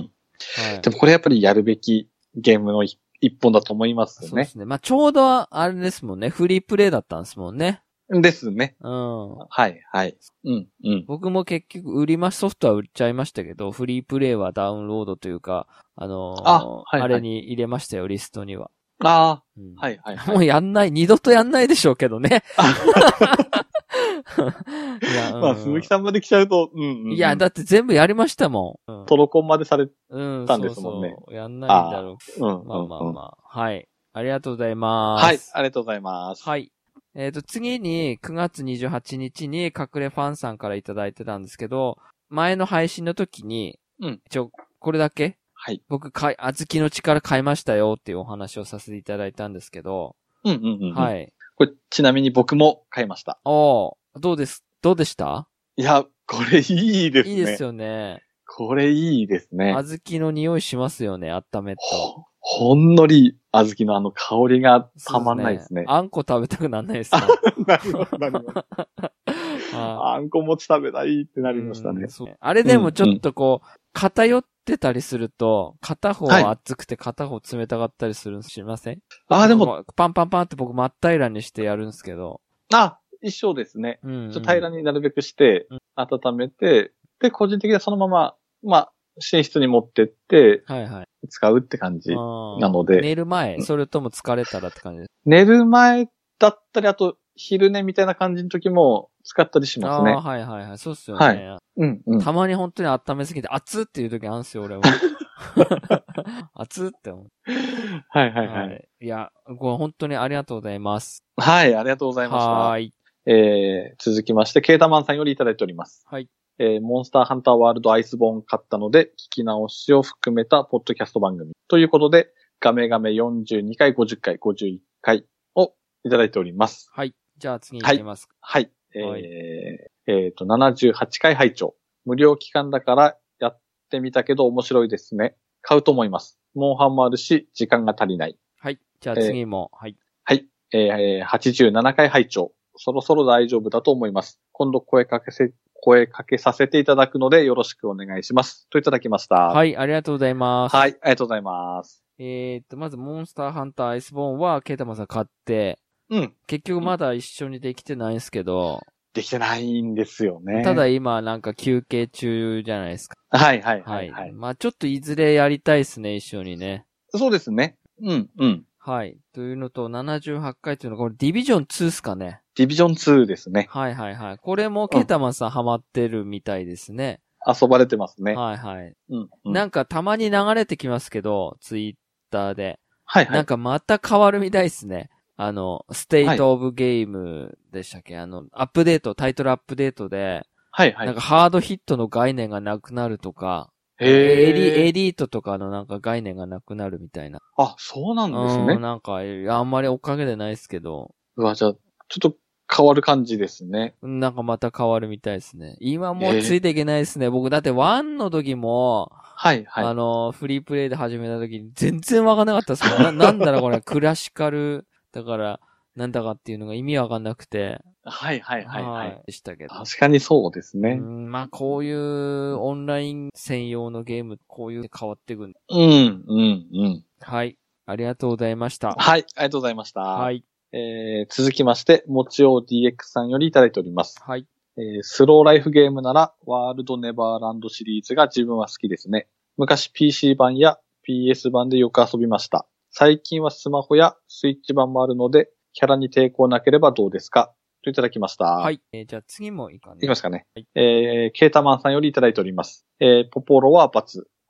[SPEAKER 1] い
[SPEAKER 2] で。もこれやっぱりやるべきゲームの一一本だと思いま
[SPEAKER 1] そ
[SPEAKER 2] す
[SPEAKER 1] うで
[SPEAKER 2] ね。
[SPEAKER 1] すね。まあ、ちょうど、あれですもんね。フリープレイだったんですもんね。
[SPEAKER 2] ですね。
[SPEAKER 1] うん。
[SPEAKER 2] はいはい。うんうん。
[SPEAKER 1] 僕も結局売りま、ソフトは売っちゃいましたけど、フリープレイはダウンロードというか、あのー
[SPEAKER 2] あはいはい
[SPEAKER 1] あれに入れましたよ、リストには。
[SPEAKER 2] あ
[SPEAKER 1] うん
[SPEAKER 2] あ、はいはい、はい。
[SPEAKER 1] もうやんない、二度とやんないでしょうけど ね。いやうん
[SPEAKER 2] まあ、鈴木さんまで来ちゃうと、うんうんうん、
[SPEAKER 1] いや、だって全部やりましたもん。うん
[SPEAKER 2] トロコンまでされ、
[SPEAKER 1] うん、
[SPEAKER 2] たんですもんね
[SPEAKER 1] そうそうやんないんだろ
[SPEAKER 2] うんうんう
[SPEAKER 1] う。
[SPEAKER 2] ん。
[SPEAKER 1] まあまあまあ。はい。ありがとうございます。
[SPEAKER 2] はい、ありがとうございます。い。
[SPEAKER 1] はい。えっ、と、次に、9月28日に隠れファンさんからいただいてたんですけど、前の配信の時に、
[SPEAKER 2] うん
[SPEAKER 1] 一応、これだけ
[SPEAKER 2] はい。
[SPEAKER 1] 僕、かい、あずきの力買いましたよっていうお話をさせていただいたんですけど、
[SPEAKER 2] うんうんうん。。
[SPEAKER 1] はいい。
[SPEAKER 2] これ、ちなみに僕も買いました。
[SPEAKER 1] おーどうです、どうでした
[SPEAKER 2] いや、これいいですね。
[SPEAKER 1] いいですよね。
[SPEAKER 2] これいいですね
[SPEAKER 1] あ。ずきの匂いしますよね、温めると。
[SPEAKER 2] ほ、ほんのり、小豆のあの香りがたまんないですね。
[SPEAKER 1] あんこ食べたくなんない ですね。
[SPEAKER 2] なります、なります。
[SPEAKER 1] あ
[SPEAKER 2] あんこ餅食べたいってなりましたね。
[SPEAKER 1] あれでもちょっとこう、偏ってたりすると、片方
[SPEAKER 2] はい
[SPEAKER 1] 熱くて片方冷たかったりするんしません
[SPEAKER 2] ああ、でも、
[SPEAKER 1] こうパンパンパンって僕真っ平らにしてやるんですけど。
[SPEAKER 2] あ、一緒ですね。
[SPEAKER 1] うんうん、
[SPEAKER 2] ちょっと平らになるべくして、温めて、で、個人的にはそのまま、まあ、寝室に持ってって、
[SPEAKER 1] はいはい。
[SPEAKER 2] 使うって感じな
[SPEAKER 1] な
[SPEAKER 2] ので、
[SPEAKER 1] 寝る前、それとも疲れたらって感じです。
[SPEAKER 2] 寝る前だったり、あと、昼寝みたいな感じの時も使ったりし
[SPEAKER 1] あ
[SPEAKER 2] ま
[SPEAKER 1] あ
[SPEAKER 2] す
[SPEAKER 1] ー、
[SPEAKER 2] ね。
[SPEAKER 1] はいはいはい。そうっすよ
[SPEAKER 2] はい
[SPEAKER 1] ね。
[SPEAKER 2] うん、うん。
[SPEAKER 1] たまに本当に温めすぎて、熱っていう時あるんですよ、 俺は。熱って思う。
[SPEAKER 2] はいはいは。
[SPEAKER 1] はいい。いや、これ本当にありがとうございます。
[SPEAKER 2] はい、ありがとうございま
[SPEAKER 1] はーい。
[SPEAKER 2] した。えー、続きまして、ケータマンさんよりいただいております。
[SPEAKER 1] はい。
[SPEAKER 2] えー、モンスターハンターワールドアイスボーン買ったので、聞き直しを含めたポッドキャスト番組。ということで、ガメガメ42回、50回、51回をいただいております。
[SPEAKER 1] はい。じゃあ次に行きます。
[SPEAKER 2] はい。えー
[SPEAKER 1] はい
[SPEAKER 2] えーと、78回拝聴無料期間だからやってみたけど面白いですね。買うと思います。モンハンもあるし、時間が足りない。
[SPEAKER 1] はい。じゃあ次も、はい。
[SPEAKER 2] はい。えー、87回拝聴そろそろ大丈夫だと思います。今度声かけせ、声かけさせていただくのでよろしくお願いします。といただきました。はい。
[SPEAKER 1] はい、ありがとうございます。
[SPEAKER 2] ありがとうございます。
[SPEAKER 1] えーっと、まず、モンスターハンターアイスボーンは、ケータマンさん買って、
[SPEAKER 2] うん。
[SPEAKER 1] 結局まだ一緒にできてないんですけど、
[SPEAKER 2] できてないんですよね。
[SPEAKER 1] ただ
[SPEAKER 2] はい
[SPEAKER 1] 今なんか休憩中じゃないですか。
[SPEAKER 2] はいはい、
[SPEAKER 1] はい。
[SPEAKER 2] はい。
[SPEAKER 1] まあちょっといずれやりたいですね、一緒にね。
[SPEAKER 2] そうですね。うん、うん。
[SPEAKER 1] はい。というのと、78回というのは、これ、ディビジョン2っすかね。
[SPEAKER 2] ディビジョン2ですね。
[SPEAKER 1] はいはいはい。これも、ケータマンさんハマってるみたいですね。
[SPEAKER 2] 遊ばれてますね。
[SPEAKER 1] はいはい。
[SPEAKER 2] うんうん
[SPEAKER 1] なんか、たまに流れてきますけど、ツイッターで。
[SPEAKER 2] はいは
[SPEAKER 1] なん
[SPEAKER 2] い。
[SPEAKER 1] か、また変わるみたいですね。あの、ステイトオブゲームでしたっけ、あの、アップデート、タイトルアップデートで、
[SPEAKER 2] はいは
[SPEAKER 1] なん
[SPEAKER 2] い。
[SPEAKER 1] かハードヒットの概念がなくなるとか、エリ
[SPEAKER 2] へえ。
[SPEAKER 1] エリートとかのなんか概念がなくなるみたいな。
[SPEAKER 2] あ、そうなんです
[SPEAKER 1] う
[SPEAKER 2] ね
[SPEAKER 1] ん、。なんか、えあんまりおかげでないですけど、
[SPEAKER 2] うわ、じゃあ、ちょっと変わる感じですね。
[SPEAKER 1] なんかまた変わるみたいですね。今も
[SPEAKER 2] え
[SPEAKER 1] う
[SPEAKER 2] ー
[SPEAKER 1] ついていけないですね。僕、だってワンの時も、
[SPEAKER 2] はいは
[SPEAKER 1] あ
[SPEAKER 2] い。
[SPEAKER 1] の、フリープレイで始めた時に全然わかんなかったです もんななんだろうこれ、クラシカル、だから、なんだかっていうのが意味わかんなくて、
[SPEAKER 2] はいはいはいはい。
[SPEAKER 1] でしたけど。
[SPEAKER 2] 確かにそうです
[SPEAKER 1] う
[SPEAKER 2] ね。
[SPEAKER 1] ん、まあ、こういうオンライン専用のゲーム、こういう変わっていくんで
[SPEAKER 2] うん、うん、うん。
[SPEAKER 1] はい。ありがとうございました。
[SPEAKER 2] はい、ありがとうございました。
[SPEAKER 1] はい。
[SPEAKER 2] えー、続きまして、もちお DX さんよりいただいております。
[SPEAKER 1] はい。
[SPEAKER 2] えースローライフゲームなら、ワールドネバーランドシリーズが自分は好きですね。昔 PC 版や PS 版でよく遊びました。最近はスマホやスイッチ版もあるので、キャラに抵抗なければどうですかといただきました。。
[SPEAKER 1] はいい。えーじゃあ次もいいかね。
[SPEAKER 2] いきますかね。
[SPEAKER 1] はい
[SPEAKER 2] えー、ケータマンさんよりいただいております。えー、ポポロは×、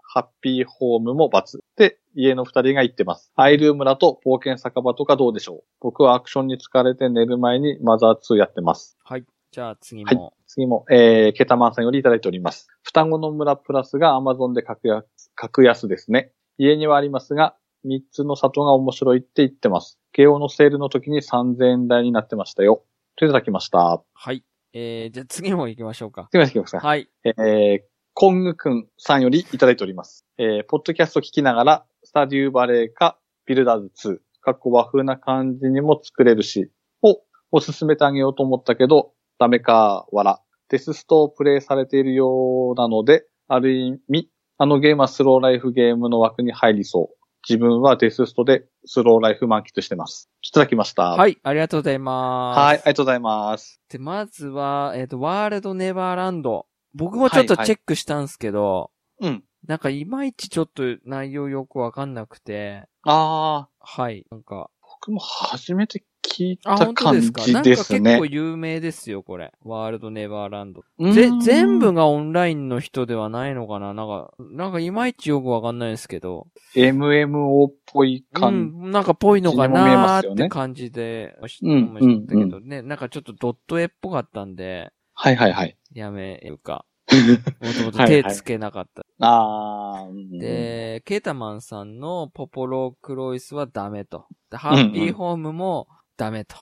[SPEAKER 2] ハッピーホームも×。で、家の二人が言ってます。アイルームだと冒険酒場とかどうでしょう僕はアクションに疲れて寝る前にマザー2やってます。
[SPEAKER 1] はい。じゃあ次も。
[SPEAKER 2] 次も、えー、ケタマンさんよりいただいております。双子の村プラスが Amazon で格安、格安ですね。家にはありますが、3つの里が面白いって言ってます。慶応のセールの時に3000円台になってましたよ。といただきました。
[SPEAKER 1] はい。えーじゃあ次も行きましょうか。
[SPEAKER 2] すみません、すみません。
[SPEAKER 1] はい。
[SPEAKER 2] えー、コングくんさんよりいただいております。えー、ポッドキャスト聞きながら、スタディウバレーか、ビルダーズ2、かっこ和風な感じにも作れるし、を、おすすめてあげようと思ったけど、ダメか、わら。テスストをプレイされているようなので、ある意味、あのゲームはスローライフゲームの枠に入りそう。自分はデスストでスローライフ満喫してます。いただきました。い。
[SPEAKER 1] はい。ありがとうございます。
[SPEAKER 2] はい、ありがとうございます。
[SPEAKER 1] で、まずは、えっ、と、ワールドネバーランド。僕もちょっと
[SPEAKER 2] はいはい
[SPEAKER 1] チェックしたんすけど、
[SPEAKER 2] うん。
[SPEAKER 1] なんかいまいちちょっと内容よくわかんなくて、
[SPEAKER 2] あー、
[SPEAKER 1] はい。なんか、
[SPEAKER 2] 僕も初めて聞い
[SPEAKER 1] あ、
[SPEAKER 2] た
[SPEAKER 1] 本当
[SPEAKER 2] 感
[SPEAKER 1] です
[SPEAKER 2] じ
[SPEAKER 1] かなんか
[SPEAKER 2] で
[SPEAKER 1] 結
[SPEAKER 2] すね
[SPEAKER 1] 構。有名ですよ、これ。ワールドネバーランド。
[SPEAKER 2] う
[SPEAKER 1] ぜ
[SPEAKER 2] ーん、
[SPEAKER 1] 全部がオンラインの人ではないのかななんか、なんかいまいちよくわかんないですけど。
[SPEAKER 2] MMO っぽいう感じ。
[SPEAKER 1] ん、なんかぽいのか
[SPEAKER 2] こっちにも見え
[SPEAKER 1] な
[SPEAKER 2] ま
[SPEAKER 1] ー
[SPEAKER 2] す
[SPEAKER 1] っ
[SPEAKER 2] よ
[SPEAKER 1] て
[SPEAKER 2] ね
[SPEAKER 1] 感じで、思し
[SPEAKER 2] うん
[SPEAKER 1] 思いましたけ
[SPEAKER 2] う
[SPEAKER 1] どね、なんかちょっとドット絵っぽかったんで、
[SPEAKER 2] はいはいはい。
[SPEAKER 1] やめる か。もともと
[SPEAKER 2] はいは
[SPEAKER 1] 手
[SPEAKER 2] い
[SPEAKER 1] つけなかった。
[SPEAKER 2] あーうん。
[SPEAKER 1] で、ケータマンさんのポポロクロイスはダメと。でハッピーホームもダメ と。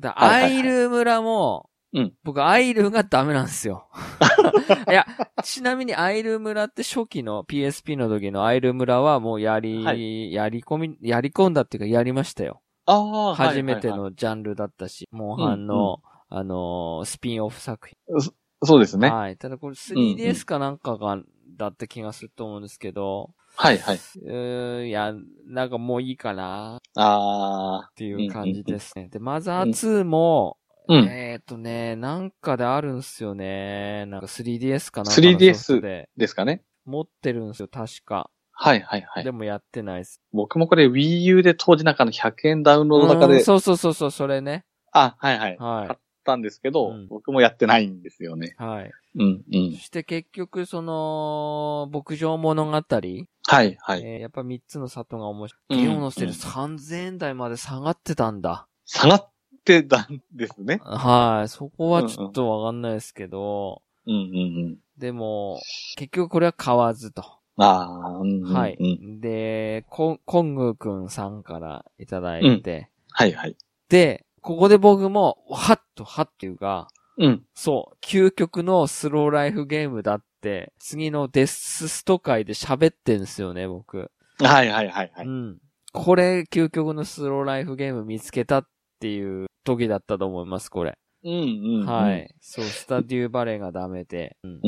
[SPEAKER 1] だア
[SPEAKER 2] はいはいはい
[SPEAKER 1] イル村も、
[SPEAKER 2] うん
[SPEAKER 1] 僕、アイルがダメなんですよ。 いや、ちなみにアイル村って初期の PSP の時のアイル村はもうやり、
[SPEAKER 2] は
[SPEAKER 1] やり込み、やり込んだっていうかやりましたよ。
[SPEAKER 2] あー
[SPEAKER 1] 初めて。
[SPEAKER 2] はいはいは
[SPEAKER 1] のジャンルだったし、モンハンの、あのースピンオフ作品。
[SPEAKER 2] いそうですね。は
[SPEAKER 1] はい。ただこれ
[SPEAKER 2] うんうん
[SPEAKER 1] 3DS かなんかが、だった気がすると思うんですけど、
[SPEAKER 2] いはい。
[SPEAKER 1] うーん、いや、なんかもういいかなっ
[SPEAKER 2] あ
[SPEAKER 1] ていう感じですね。で、マザー2も、
[SPEAKER 2] ーうん。
[SPEAKER 1] えっ、とね、なんかであるんすよね。なんか 3DS かなんかの
[SPEAKER 2] 3DS
[SPEAKER 1] ソフトで
[SPEAKER 2] ですかね。
[SPEAKER 1] 持ってるんですよ、確か。
[SPEAKER 2] はいはいはい。
[SPEAKER 1] でもやってないです。
[SPEAKER 2] 僕もこれ Wii U で当時なんかの100円ダウンロード中
[SPEAKER 1] う
[SPEAKER 2] で
[SPEAKER 1] ん、そうそうそうそう、それね。
[SPEAKER 2] あ、はいはい。買っ
[SPEAKER 1] は
[SPEAKER 2] たんですけど、
[SPEAKER 1] うん
[SPEAKER 2] 僕もやってないんですよね。
[SPEAKER 1] い。はい。
[SPEAKER 2] うんう
[SPEAKER 1] そ
[SPEAKER 2] ん。
[SPEAKER 1] して結局、その、牧場物語、
[SPEAKER 2] はいは
[SPEAKER 1] え
[SPEAKER 2] い。
[SPEAKER 1] ーやっぱ3つの里が面白
[SPEAKER 2] うん
[SPEAKER 1] い。ゲオのせる
[SPEAKER 2] うん
[SPEAKER 1] 3000円台まで下がってたんだ。
[SPEAKER 2] 下がってたんですね。
[SPEAKER 1] はい。そこはちょっとわかんないですけど、
[SPEAKER 2] うんうん
[SPEAKER 1] でも、結局これは買わずと。
[SPEAKER 2] うん。あーうんうんうん。
[SPEAKER 1] はい。で、コンコングーくんさんからいただいて、
[SPEAKER 2] はいはい。
[SPEAKER 1] で、ここで僕も、はっと、はっていうか、
[SPEAKER 2] うん。
[SPEAKER 1] そう、究極のスローライフゲームだって、次のデススト会で喋ってんすよね、僕。
[SPEAKER 2] はいはいはいは
[SPEAKER 1] う
[SPEAKER 2] い。
[SPEAKER 1] ん。これ、究極のスローライフゲーム見つけたっていう時だったと思います、これ。
[SPEAKER 2] うんうんうん。
[SPEAKER 1] はい。そう、スタデューバレーがダメで。うん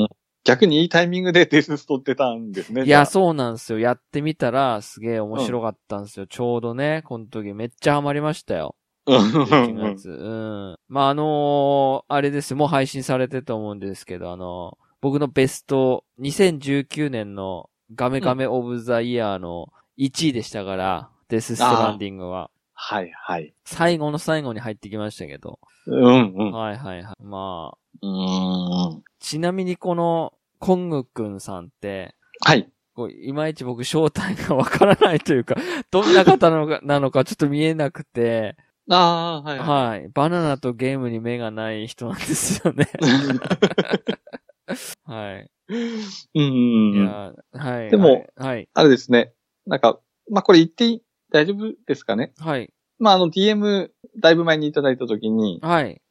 [SPEAKER 2] 逆にいいタイミングでデスストってたんですね。
[SPEAKER 1] い
[SPEAKER 2] じゃあ
[SPEAKER 1] や、そうなんですよ。やってみたら、すげえ面白かったんですよ。ちょうどね、この時めっちゃハマりましたよ。
[SPEAKER 2] うんうん
[SPEAKER 1] 11
[SPEAKER 2] うん。
[SPEAKER 1] 月。うん。まあ、あのーあれですよもう配信されてると思うんですけど、あのー僕のベスト、2019年のガメガメオブザイヤーの1位でしたから、デスストランディングは。
[SPEAKER 2] はいはい。
[SPEAKER 1] 最後の最後に入ってきましたけど。
[SPEAKER 2] うんうん。
[SPEAKER 1] はいはいはい。まあ、
[SPEAKER 2] うーん。
[SPEAKER 1] ちなみにこの、コングくんさんって、
[SPEAKER 2] はい。
[SPEAKER 1] こういまいち僕正体がわからないというか、 どんな方なのか、なのかちょっと見えなくて、
[SPEAKER 2] ああ、はい。
[SPEAKER 1] はい。バナナとゲームに目がない人なんですよね。 はい。
[SPEAKER 2] う
[SPEAKER 1] い
[SPEAKER 2] ん。
[SPEAKER 1] や、はい。
[SPEAKER 2] でも
[SPEAKER 1] はい、はい。
[SPEAKER 2] あれですね。なんか、まあ、これ言っていい大丈夫ですかね
[SPEAKER 1] はい。
[SPEAKER 2] まあ、あの、DM、だいぶ前にいただいたときに、
[SPEAKER 1] はい。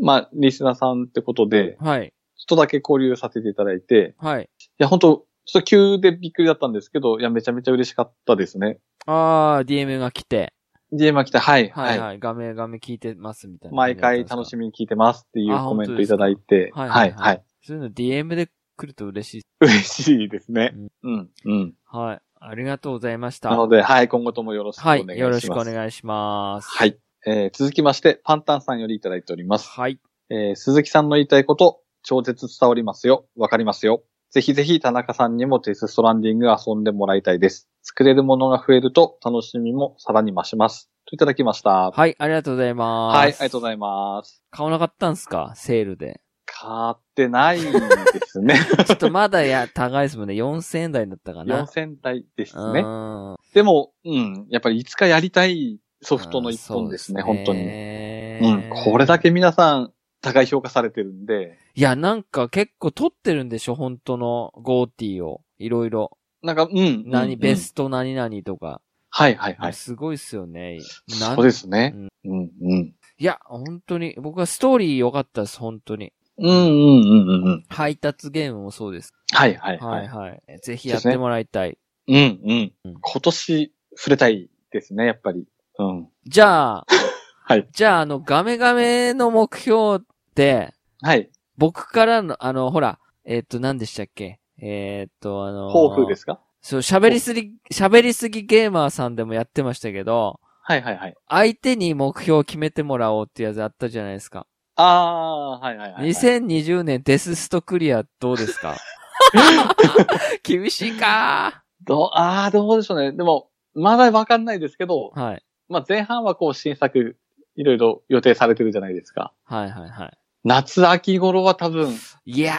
[SPEAKER 2] まあ、リスナーさんってことで、
[SPEAKER 1] はい。
[SPEAKER 2] ちょっとだけ交流させていただいて、
[SPEAKER 1] はい。
[SPEAKER 2] いや、本当ちょっと急でびっくりだったんですけど、いや、めちゃめちゃ嬉しかったですね。
[SPEAKER 1] あー、DM が来て。
[SPEAKER 2] DM が来て、はい、
[SPEAKER 1] は
[SPEAKER 2] はいい。
[SPEAKER 1] はい。画面、画面聞いてますみたいな。
[SPEAKER 2] 毎回楽しみに聞いてますっていう
[SPEAKER 1] あ
[SPEAKER 2] コ
[SPEAKER 1] 本
[SPEAKER 2] メン
[SPEAKER 1] 当
[SPEAKER 2] ト
[SPEAKER 1] で
[SPEAKER 2] い
[SPEAKER 1] すか
[SPEAKER 2] ただいて、
[SPEAKER 1] は
[SPEAKER 2] はいい、
[SPEAKER 1] は
[SPEAKER 2] はいい、
[SPEAKER 1] そういうの DM で来ると嬉しい。
[SPEAKER 2] 嬉しいですね。うん、うん。
[SPEAKER 1] はい。ありがとうございました。
[SPEAKER 2] なので、はい、今後ともよろしくお
[SPEAKER 1] は
[SPEAKER 2] 願いします。
[SPEAKER 1] い。よろしくお願いします。。
[SPEAKER 2] はいい。えー続きまして、パンタンさんよりいただいております。
[SPEAKER 1] はい。
[SPEAKER 2] えー鈴木さんの言いたいこと、超絶伝わりますよ。わかりますよ。ぜひぜひ田中さんにもデスストランディング遊んでもらいたいです。作れるものが増えると楽しみもさらに増します。といただきました。
[SPEAKER 1] はい。ありがとうございます。
[SPEAKER 2] はい、ありがとうご
[SPEAKER 1] います。
[SPEAKER 2] ざいます。
[SPEAKER 1] 買わなかったんすかセールで。
[SPEAKER 2] 買ってないで すね。
[SPEAKER 1] ちょっとまだや、高いですもんね。4000円台だったかな。
[SPEAKER 2] 4000台です
[SPEAKER 1] う
[SPEAKER 2] ね。
[SPEAKER 1] ん。
[SPEAKER 2] でも、うん、やっぱりいつかやりたいソフトの一本ですね、
[SPEAKER 1] そう
[SPEAKER 2] 本当に。うん
[SPEAKER 1] ね、
[SPEAKER 2] これだけ皆さん高い評価されてるんで、
[SPEAKER 1] いや、なんか結構撮ってるんでしょ本当の GoT を。いろいろ。
[SPEAKER 2] なんか、うん。
[SPEAKER 1] 何、
[SPEAKER 2] うん
[SPEAKER 1] ベスト何々とか。
[SPEAKER 2] はいはいはい。
[SPEAKER 1] すごいっすよね。なん
[SPEAKER 2] そうですね。うん、うん。
[SPEAKER 1] いや、本当に。僕はストーリー良かったです、本当に。
[SPEAKER 2] うん、うん、うん、うんうん。
[SPEAKER 1] 配達ゲームもそうです。
[SPEAKER 2] はいはいは
[SPEAKER 1] はい
[SPEAKER 2] い。
[SPEAKER 1] はい。ぜひやってもらいたい。
[SPEAKER 2] うん、うん
[SPEAKER 1] うん。
[SPEAKER 2] 今年触れたいですね、やっぱり。うん。
[SPEAKER 1] じゃあ、
[SPEAKER 2] はい
[SPEAKER 1] じゃあ、あの、ガメガメの目標って、
[SPEAKER 2] はい。
[SPEAKER 1] 僕からの、あの、ほら、えっ、と、何でしたっけえっ、と、あの
[SPEAKER 2] 抱負ですか
[SPEAKER 1] そう、喋りすぎ、喋りすぎゲーマーさんでもやってましたけど、
[SPEAKER 2] はいはいはい。
[SPEAKER 1] 相手に目標を決めてもらおうってやつあったじゃないですか。
[SPEAKER 2] あー、はいはいはい。
[SPEAKER 1] 2020年デスストクリアどうです か厳しいか
[SPEAKER 2] どう、あー、どうでしょうね。でも、まだわかんないですけど、
[SPEAKER 1] はい。
[SPEAKER 2] まあ前半はこう新作、いろいろ予定されてるじゃないですか。
[SPEAKER 1] はいはいはい。
[SPEAKER 2] 夏、秋頃は多分、い
[SPEAKER 1] いや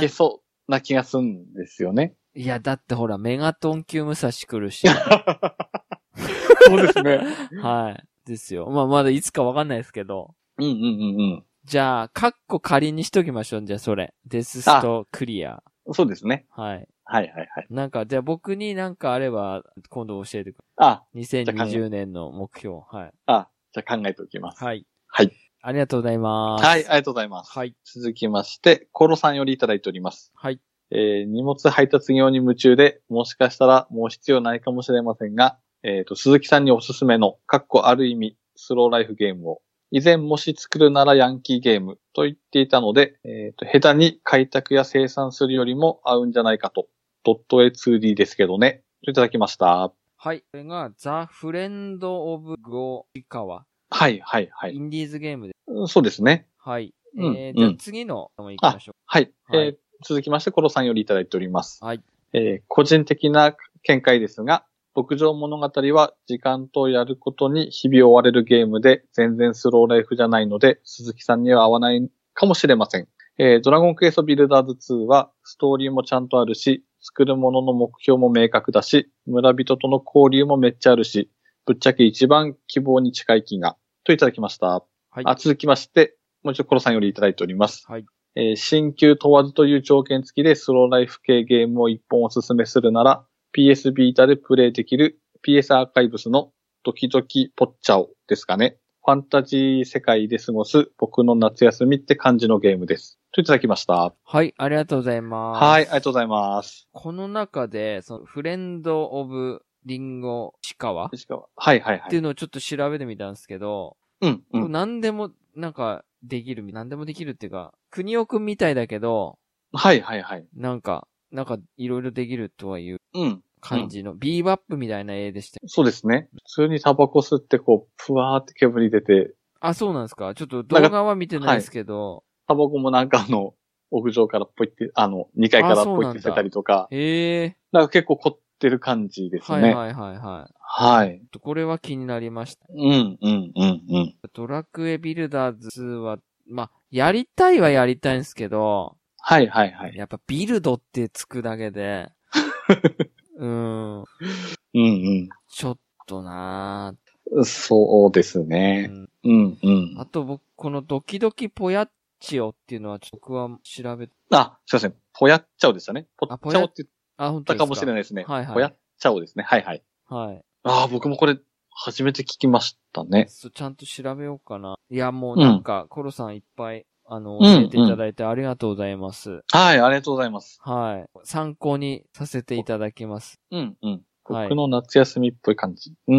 [SPEAKER 2] け
[SPEAKER 1] ー。
[SPEAKER 2] そうな気がするんですよ ね。
[SPEAKER 1] いや、だってほら、メガトン級武蔵来るし。
[SPEAKER 2] そうですね。
[SPEAKER 1] はい。ですよ。まあ、まだいつかわかんないですけど。
[SPEAKER 2] うんうんうん
[SPEAKER 1] じゃあ、カッコ仮にしときましょう。じゃあ、それ。デスストクリア。
[SPEAKER 2] うん。そうですね。
[SPEAKER 1] はい。
[SPEAKER 2] はいはいはい。
[SPEAKER 1] なんか、じゃあ僕になんかあれば、今度教えてく
[SPEAKER 2] あ、
[SPEAKER 1] れ。2020年の目標。はい。
[SPEAKER 2] あ、じゃあ考えておきます。
[SPEAKER 1] はい。
[SPEAKER 2] はい。
[SPEAKER 1] ありがとうございます。
[SPEAKER 2] はい、ありがとうございます。
[SPEAKER 1] はい。
[SPEAKER 2] 続きまして、コロさんよりいただいております。
[SPEAKER 1] はい。
[SPEAKER 2] えー荷物配達業に夢中で、もしかしたらもう必要ないかもしれませんが、えっ、と、鈴木さんにおすすめの、かっこある意味、スローライフゲームを、以前もし作るならヤンキーゲームと言っていたので、えっ、と、下手に開拓や生産するよりも合うんじゃないかと、ドット A2D ですけどね、といただきました。
[SPEAKER 1] はい。これが、ザ・フレンド・オブ・ゴ・イカワ。
[SPEAKER 2] はい、はい、は
[SPEAKER 1] イ
[SPEAKER 2] い。
[SPEAKER 1] ンディーズゲームで。
[SPEAKER 2] うんそうですね。
[SPEAKER 1] はい。
[SPEAKER 2] うん
[SPEAKER 1] えー、じゃ
[SPEAKER 2] う
[SPEAKER 1] あ
[SPEAKER 2] ん
[SPEAKER 1] 次のも行きましょ
[SPEAKER 2] はい。
[SPEAKER 1] はい
[SPEAKER 2] えー続きまして、コロさんよりいただいております。
[SPEAKER 1] はい。
[SPEAKER 2] えー個人的な見解ですが、牧場物語は時間とやることに日々追われるゲームで全然スローライフじゃないので、鈴木さんには合わないかもしれません。えードラゴンクエストビルダーズ2はストーリーもちゃんとあるし、作るものの目標も明確だし、村人との交流もめっちゃあるし、ぶっちゃけ一番希望に近い気が、といただきました。
[SPEAKER 1] う。は
[SPEAKER 2] あ
[SPEAKER 1] い。
[SPEAKER 2] 続きまして、もう一度コロさんよりいただいております。
[SPEAKER 1] はい。
[SPEAKER 2] えー新旧問わずという条件付きでスローライフ系ゲームを一本おすすめするなら、PS ビータでプレイできる PS アーカイブスのドキドキポッチャオですかね。ファンタジー世界で過ごす僕の夏休みって感じのゲームです。といただきました。
[SPEAKER 1] はい。ありがとうございます。
[SPEAKER 2] はい、ありがとうございます。
[SPEAKER 1] この中で、その、フレンド・オブ・リンゴ・シカワっ
[SPEAKER 2] 石川はい、はい、は
[SPEAKER 1] ていう
[SPEAKER 2] い。
[SPEAKER 1] のをちょっと調べてみたんですけど、
[SPEAKER 2] うん、う。
[SPEAKER 1] こうん何でも、なんか、できる、何でもできるっていうか、国尾くんみたいだけど、
[SPEAKER 2] はい、はい、はい。
[SPEAKER 1] なんか、なんか、いろいろできるとはいう
[SPEAKER 2] うん。
[SPEAKER 1] 感じの、ビーバップみたいな絵でした。
[SPEAKER 2] そうですね。普通にタバコ吸ってこう、ふわーって煙出て、
[SPEAKER 1] あ、そうなんですかちょっと動画は見てないですけど、
[SPEAKER 2] タバコもなんかあの、屋上からポイって、あの、2階か
[SPEAKER 1] あ
[SPEAKER 2] ら
[SPEAKER 1] そう
[SPEAKER 2] ポ
[SPEAKER 1] なんだ
[SPEAKER 2] イって捨てたりとか、
[SPEAKER 1] へえ
[SPEAKER 2] なんか結構凝っってる感じです
[SPEAKER 1] はい
[SPEAKER 2] ね。
[SPEAKER 1] はいはいは
[SPEAKER 2] はい。
[SPEAKER 1] い。これは気になりました。
[SPEAKER 2] うん、うん、うん、うん。
[SPEAKER 1] ドラクエビルダーズは、まあ、やりたいはやりたいんですけど、
[SPEAKER 2] はい、はい、はい。
[SPEAKER 1] やっぱビルドってつくだけで、うーん、
[SPEAKER 2] うん、
[SPEAKER 1] ちょっとな
[SPEAKER 2] うん。そうです
[SPEAKER 1] ぁ、
[SPEAKER 2] ね
[SPEAKER 1] う。ん
[SPEAKER 2] うん、うん
[SPEAKER 1] あ。と僕、このドキドキポヤッチオっていうのはちょっと僕は調べ、
[SPEAKER 2] あ、すいません。ぽやっちゃおでしたね。ぽ
[SPEAKER 1] あ
[SPEAKER 2] っ
[SPEAKER 1] ぽ
[SPEAKER 2] ちゃ
[SPEAKER 1] や
[SPEAKER 2] お
[SPEAKER 1] っ
[SPEAKER 2] って言っ
[SPEAKER 1] あ、本当
[SPEAKER 2] た
[SPEAKER 1] ですか
[SPEAKER 2] かもしれないですね。
[SPEAKER 1] はいはい
[SPEAKER 2] ぽやっちゃおですね。はい、はい。
[SPEAKER 1] はい。
[SPEAKER 2] ああ、僕もこれ、初めて聞きましたね。
[SPEAKER 1] そうちゃんと調べようかな。いや、もうなんか、コロさんいっぱい、あの、
[SPEAKER 2] うんうん
[SPEAKER 1] 教えていただいてありがとうございます。
[SPEAKER 2] はい、ありがとうございます。
[SPEAKER 1] はい。参考にさせていただきます。
[SPEAKER 2] うん、うん。
[SPEAKER 1] はい
[SPEAKER 2] 僕の夏休みっぽい感じ。うんう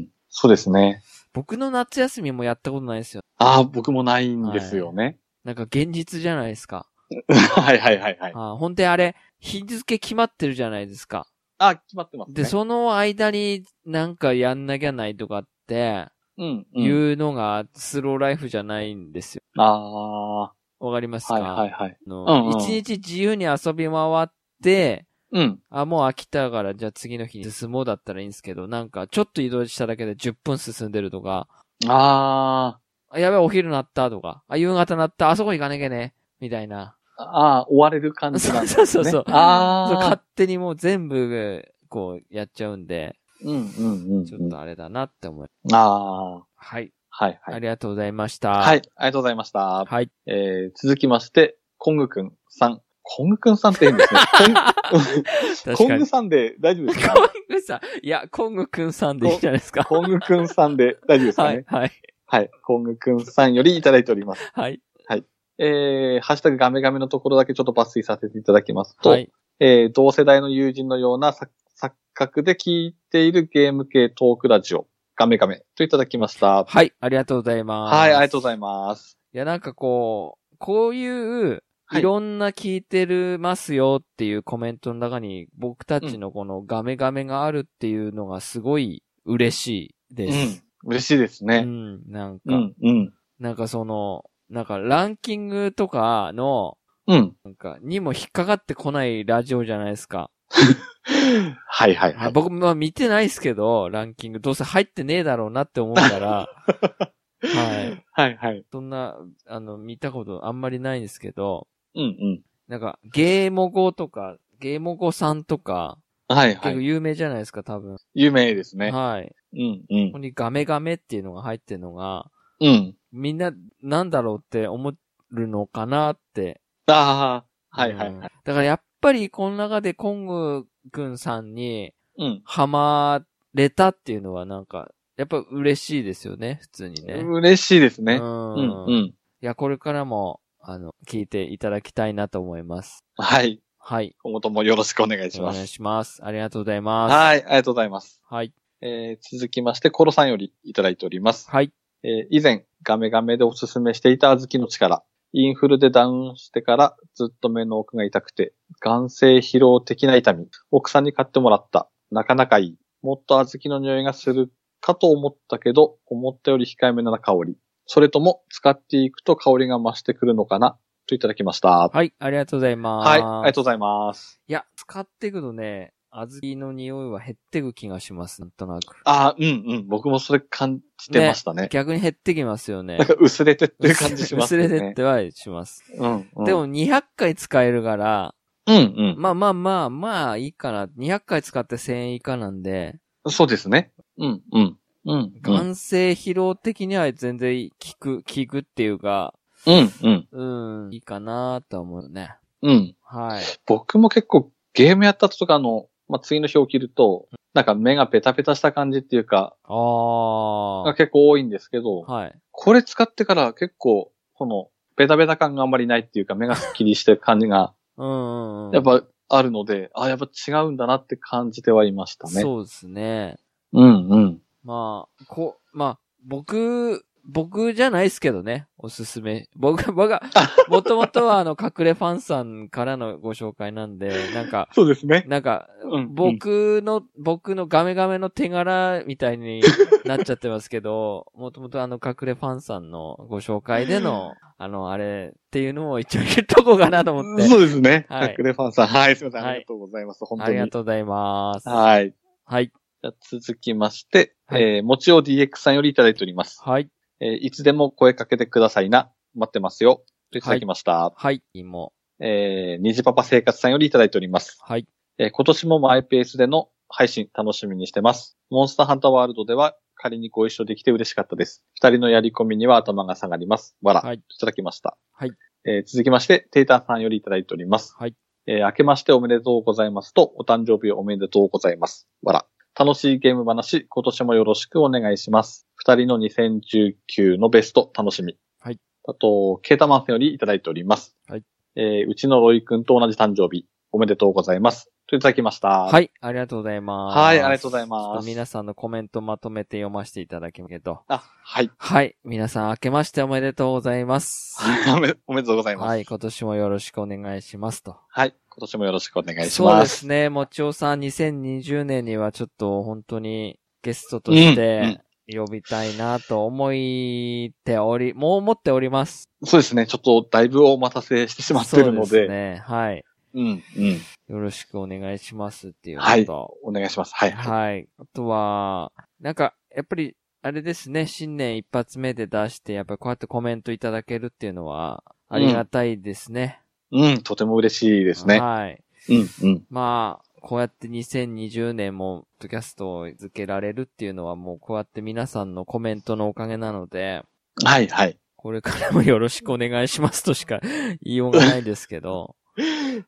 [SPEAKER 2] ん、そうですね。
[SPEAKER 1] 僕の夏休みもやったことないですよ。
[SPEAKER 2] ああ、僕もないんですよね。
[SPEAKER 1] なんか現実じゃないですか。
[SPEAKER 2] はい、はい、はい、はい。
[SPEAKER 1] あ本当にあれ、日付決まってるじゃないですか。
[SPEAKER 2] あ、決まってますね。
[SPEAKER 1] で、その間になんかやんなきゃないとかって、
[SPEAKER 2] うん、うん。
[SPEAKER 1] いうのがスローライフじゃないんですよ。
[SPEAKER 2] あ
[SPEAKER 1] わかります
[SPEAKER 2] あ、
[SPEAKER 1] か
[SPEAKER 2] はいはいはい。
[SPEAKER 1] あの
[SPEAKER 2] うんうん
[SPEAKER 1] 一日自由に遊び回って、
[SPEAKER 2] うん。
[SPEAKER 1] あ、もう飽きたから、じゃあ次の日に進もうだったらいいんですけど、なんか、ちょっと移動しただけで10分進んでるとか、
[SPEAKER 2] あ
[SPEAKER 1] あ、やべえ、お昼なったとか、あ、夕方なった、あそこ行かなきゃね、みたいな。
[SPEAKER 2] あ、ああ、追われる感じなんです
[SPEAKER 1] そう
[SPEAKER 2] ね。
[SPEAKER 1] そうそう。そう
[SPEAKER 2] あ
[SPEAKER 1] 勝手にもう全部、こう、やっちゃうんで、
[SPEAKER 2] あ、うんうんうんうん。
[SPEAKER 1] ちょっとあれだなって思います。
[SPEAKER 2] ああ、
[SPEAKER 1] はい。
[SPEAKER 2] はいは
[SPEAKER 1] あ
[SPEAKER 2] い。
[SPEAKER 1] りがとうございました。
[SPEAKER 2] はい、ありがとうございました。
[SPEAKER 1] はい。
[SPEAKER 2] えー、続きまして、コングくんさん。コングくんさんって変 ですね。コ
[SPEAKER 1] 確
[SPEAKER 2] ンコ
[SPEAKER 1] か
[SPEAKER 2] ング
[SPEAKER 1] に。
[SPEAKER 2] さんで大丈夫です
[SPEAKER 1] コ
[SPEAKER 2] か
[SPEAKER 1] ングさん。いや、コングくんさんでいいじゃないですか。
[SPEAKER 2] コングくんさんで大丈夫ですか
[SPEAKER 1] は
[SPEAKER 2] ね
[SPEAKER 1] い、はい、
[SPEAKER 2] はい。コングくんさんよりいただいております。
[SPEAKER 1] はい。
[SPEAKER 2] えー、ハッシュタグガメガメのところだけちょっと抜粋させていただきますと、
[SPEAKER 1] はい。
[SPEAKER 2] えー同世代の友人のような錯錯覚で聞いているゲーム系トークラジオ、ガメガメといただきました。
[SPEAKER 1] はい、ありがとうございます。
[SPEAKER 2] はい、ありがとうござ
[SPEAKER 1] いま
[SPEAKER 2] います。
[SPEAKER 1] す。いや、なんかこう、こういう、
[SPEAKER 2] はい
[SPEAKER 1] いろんな聞いてるますよっていうコメントの中に、僕たちのこのガメガメがあるっていうのがすごい嬉しいで
[SPEAKER 2] う
[SPEAKER 1] す
[SPEAKER 2] ん。。嬉しいです
[SPEAKER 1] うん。
[SPEAKER 2] ね。
[SPEAKER 1] なんか、
[SPEAKER 2] うん、うん。
[SPEAKER 1] なんかその、なんかランキングとかの、
[SPEAKER 2] うん。
[SPEAKER 1] なんか、にも引っかかってこないラジオじゃないですか。
[SPEAKER 2] はい、はい、はい。
[SPEAKER 1] 僕、まあ見てないですけど、ランキング、どうせ入ってねえだろうなって思うから、はい。
[SPEAKER 2] はい、はい。
[SPEAKER 1] そんな、あの、見たことあんまりないんですけど、
[SPEAKER 2] うん、
[SPEAKER 1] なんか、ゲーモゴとか、ゲーモゴさんとか、
[SPEAKER 2] うん。はい、は
[SPEAKER 1] 結構
[SPEAKER 2] い。
[SPEAKER 1] 有名じゃないですか、多分。
[SPEAKER 2] 有名ですね。
[SPEAKER 1] はい。
[SPEAKER 2] うん、う
[SPEAKER 1] こ
[SPEAKER 2] ん
[SPEAKER 1] こ。にガメガメっていうのが入ってるのが、
[SPEAKER 2] うん。
[SPEAKER 1] みんな、なんだろうって思るのかなって。
[SPEAKER 2] ああ、はい、は
[SPEAKER 1] う
[SPEAKER 2] い、
[SPEAKER 1] ん
[SPEAKER 2] は
[SPEAKER 1] だ
[SPEAKER 2] い。
[SPEAKER 1] からやっぱり、この中でコングくんさんに、
[SPEAKER 2] うん。
[SPEAKER 1] ハマれたっていうのはなんか、やっぱ嬉しいですよね、普通にね。
[SPEAKER 2] 嬉しいです
[SPEAKER 1] う
[SPEAKER 2] ね。
[SPEAKER 1] ん。
[SPEAKER 2] うん、う
[SPEAKER 1] い
[SPEAKER 2] ん。
[SPEAKER 1] や、これからも、あの、聞いていただきたいなと思います。
[SPEAKER 2] はい。
[SPEAKER 1] はい。
[SPEAKER 2] 今後ともよろしくお願いし
[SPEAKER 1] お
[SPEAKER 2] ま
[SPEAKER 1] 願い
[SPEAKER 2] す。
[SPEAKER 1] します。ありがとうございます。い。
[SPEAKER 2] はい、ありがとうございます。
[SPEAKER 1] はい。
[SPEAKER 2] えー、続きまして、コロさんよりいただいております。
[SPEAKER 1] はい。
[SPEAKER 2] えー以前、ガメガメでおすすめしていた小豆の力。インフルでダウンしてからずっと目の奥が痛くて、眼性疲労的な痛み。奥さんに買ってもらった。なかなかいい。もっと小豆の匂いがするかと思ったけど、思ったより控えめな香り。それとも、使っていくと香りが増してくるのかなといただきました。はい、
[SPEAKER 1] はい。ありがとうございます。
[SPEAKER 2] ありがとうございます。
[SPEAKER 1] いや、使っていくとね、小豆の匂いは減っていく気がします、なんとなく。
[SPEAKER 2] ああ、うんうん。僕もそれ感じてましたね。
[SPEAKER 1] 逆に減ってきますよね
[SPEAKER 2] なん。か薄れて っていう感じしますね。
[SPEAKER 1] 薄れてってはします。
[SPEAKER 2] うん、うん。
[SPEAKER 1] でも200回使えるから、
[SPEAKER 2] うんうん。
[SPEAKER 1] まあまあまあ、まあいいかな。200回使って1000円以下なんで、
[SPEAKER 2] そうですね。うん、うん。うん、うん。
[SPEAKER 1] 眼性疲労的には全然効く、効くっていうか、
[SPEAKER 2] うん、うん。
[SPEAKER 1] うん、いいかなとは思うね。
[SPEAKER 2] うん。
[SPEAKER 1] はい。
[SPEAKER 2] 僕も結構ゲームやった後とかの、まあ、次の日起きると、なんか目がペタペタした感じっていうか、
[SPEAKER 1] ああ。
[SPEAKER 2] が結構多いんですけど、
[SPEAKER 1] はい。
[SPEAKER 2] これ使ってから結構、この、ベタベタ感があんまりないっていうか、目がスッキリしてる感じが、
[SPEAKER 1] うんうん、うん。
[SPEAKER 2] やっぱあるので、あ、やっぱ違うんだなって感じてはいましたね。う。
[SPEAKER 1] そうですね。
[SPEAKER 2] うん、うん。
[SPEAKER 1] まあ、こ、まあ、僕僕じゃないですけどね、おすすめ。僕、 僕 が、もともとはあの、隠れファンさんからのご紹介なんで、なんか、
[SPEAKER 2] そうですね。
[SPEAKER 1] なんか、
[SPEAKER 2] うん。
[SPEAKER 1] 僕の、僕のガメガメの手柄みたいになっちゃってますけ ど、もともとあの、隠れファンさんのご紹介での、あの、あれっていうのを一応言っとこうかなと思って。
[SPEAKER 2] そうですね。
[SPEAKER 1] はい
[SPEAKER 2] 隠れファンさん。はい、すみません。
[SPEAKER 1] はい
[SPEAKER 2] ありがとうございます。本
[SPEAKER 1] あ
[SPEAKER 2] 当
[SPEAKER 1] りが
[SPEAKER 2] に。
[SPEAKER 1] とうございます。
[SPEAKER 2] はい。
[SPEAKER 1] はい。
[SPEAKER 2] じゃあ続きまして、
[SPEAKER 1] はい
[SPEAKER 2] えー、もちお DX さんよりいただいております。
[SPEAKER 1] はい。
[SPEAKER 2] えー、いつでも声かけてくださいな。待ってますよ。といただきました。
[SPEAKER 1] はい。芋。
[SPEAKER 2] えー、にじパパ生活さんよりいただいております。
[SPEAKER 1] はい。
[SPEAKER 2] えー、今年もマイペースでの配信楽しみにしてます。モンスターハンターワールドでは仮にご一緒できて嬉しかったです。二人のやり込みには頭が下がります。わら。
[SPEAKER 1] はい
[SPEAKER 2] いただきました。
[SPEAKER 1] はい。
[SPEAKER 2] えー続きまして、テーターさんよりいただいております。
[SPEAKER 1] はい。
[SPEAKER 2] えー明けましておめでとうございますと、お誕生日おめでとうございます。わら。楽しいゲーム話、今年もよろしくお願いします。二人の2019のベスト、楽しみ。
[SPEAKER 1] はい。
[SPEAKER 2] あと、ケータマンさんよりいただいております。
[SPEAKER 1] はい。
[SPEAKER 2] えーうちのロイ君と同じ誕生日、おめでとうございます。といただきました。。
[SPEAKER 1] はいい。ありがとうございます。
[SPEAKER 2] はいありがとうございます
[SPEAKER 1] ちょっと皆さんのコメントまとめて読ませていただきますけど。
[SPEAKER 2] あ、はい。
[SPEAKER 1] はい。皆さん明けましておめでとうございます。
[SPEAKER 2] はいおめおめでとうございます。
[SPEAKER 1] は
[SPEAKER 2] はい。
[SPEAKER 1] い。今年もよろしくお願いしますと。
[SPEAKER 2] 今年もよろしくお願いします。
[SPEAKER 1] そうですね。もちおさん、2020年にはちょっと本当にゲストとして呼びたいなと思っており、もう思っております。
[SPEAKER 2] そうですね。ちょっとだいぶお待たせしてしまってるの
[SPEAKER 1] そう
[SPEAKER 2] で。
[SPEAKER 1] すね。はい。
[SPEAKER 2] うん、うん。
[SPEAKER 1] よろしくお願いしますっていう
[SPEAKER 2] はい
[SPEAKER 1] こと。
[SPEAKER 2] お願いします。はい。
[SPEAKER 1] はい。あとは、なんか、やっぱり、あれですね、新年一発目で出して、やっぱりこうやってコメントいただけるっていうのは、ありがたいですね。
[SPEAKER 2] うん、とても嬉しいですね。
[SPEAKER 1] はい。
[SPEAKER 2] うん、うん。
[SPEAKER 1] まあ、こうやって2020年も、ポッドキャストを続けられるっていうのは、もうこうやって皆さんのコメントのおかげなので、
[SPEAKER 2] はい、はい。
[SPEAKER 1] これからもよろしくお願いしますとしか 言いようがないですけど、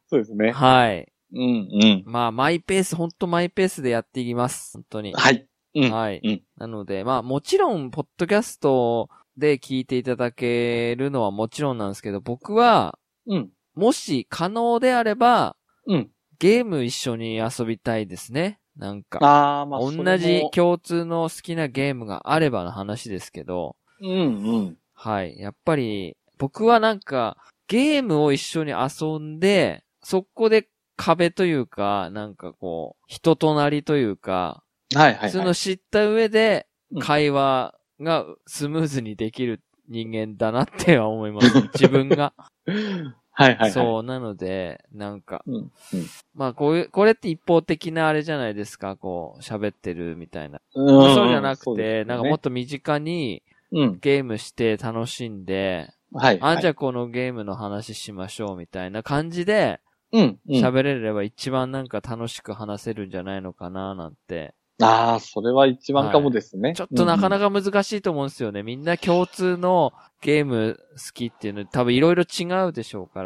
[SPEAKER 2] そうですね。
[SPEAKER 1] はい。
[SPEAKER 2] うん、うん。
[SPEAKER 1] まあ、マイペース、ほんとマイペースでやっていきます。本当に。
[SPEAKER 2] はい。うん。
[SPEAKER 1] はい。
[SPEAKER 2] うん
[SPEAKER 1] なので、まあもちろん、ポッドキャストで聞いていただけるのはもちろんなんですけど、僕は、
[SPEAKER 2] うん。
[SPEAKER 1] もし可能であれば、
[SPEAKER 2] うん。
[SPEAKER 1] ゲーム一緒に遊びたいですね。なんか、
[SPEAKER 2] あー、まあ、それも
[SPEAKER 1] 同じ共通の好きなゲームがあればの話ですけど、
[SPEAKER 2] うん、うん。
[SPEAKER 1] はい。やっぱり、僕はなんか、ゲームを一緒に遊んで、そこで壁というか、なんかこう、人となりというか、
[SPEAKER 2] はい、はい、
[SPEAKER 1] そ
[SPEAKER 2] は
[SPEAKER 1] の
[SPEAKER 2] い。
[SPEAKER 1] 知った上で
[SPEAKER 2] う、ん
[SPEAKER 1] 会話がスムーズにできる人間だなっては思い ます。自分が。
[SPEAKER 2] はい、はい。
[SPEAKER 1] そう、なので、なんか、
[SPEAKER 2] う。うん、うん。
[SPEAKER 1] まあこういう、これって一方的なあれじゃないですか、こう、喋ってるみたいな。
[SPEAKER 2] うん
[SPEAKER 1] そうじゃなく
[SPEAKER 2] そう
[SPEAKER 1] て、
[SPEAKER 2] ですね
[SPEAKER 1] なんかもっと身近に
[SPEAKER 2] うん。
[SPEAKER 1] ゲームして楽しんで、
[SPEAKER 2] はい。
[SPEAKER 1] あ、じゃ
[SPEAKER 2] ゃ
[SPEAKER 1] あこのゲームの話しましょうみたいな感じで、
[SPEAKER 2] うん。うん
[SPEAKER 1] 喋れれば一番なんか楽しく話せるんじゃないのかななんて
[SPEAKER 2] ああ、それは一番かもですね。
[SPEAKER 1] ちょっとなかな
[SPEAKER 2] か。
[SPEAKER 1] か難しいと思うんですよね。みんな共通のゲーム好きっていうの多分いろいろ違うでしょうか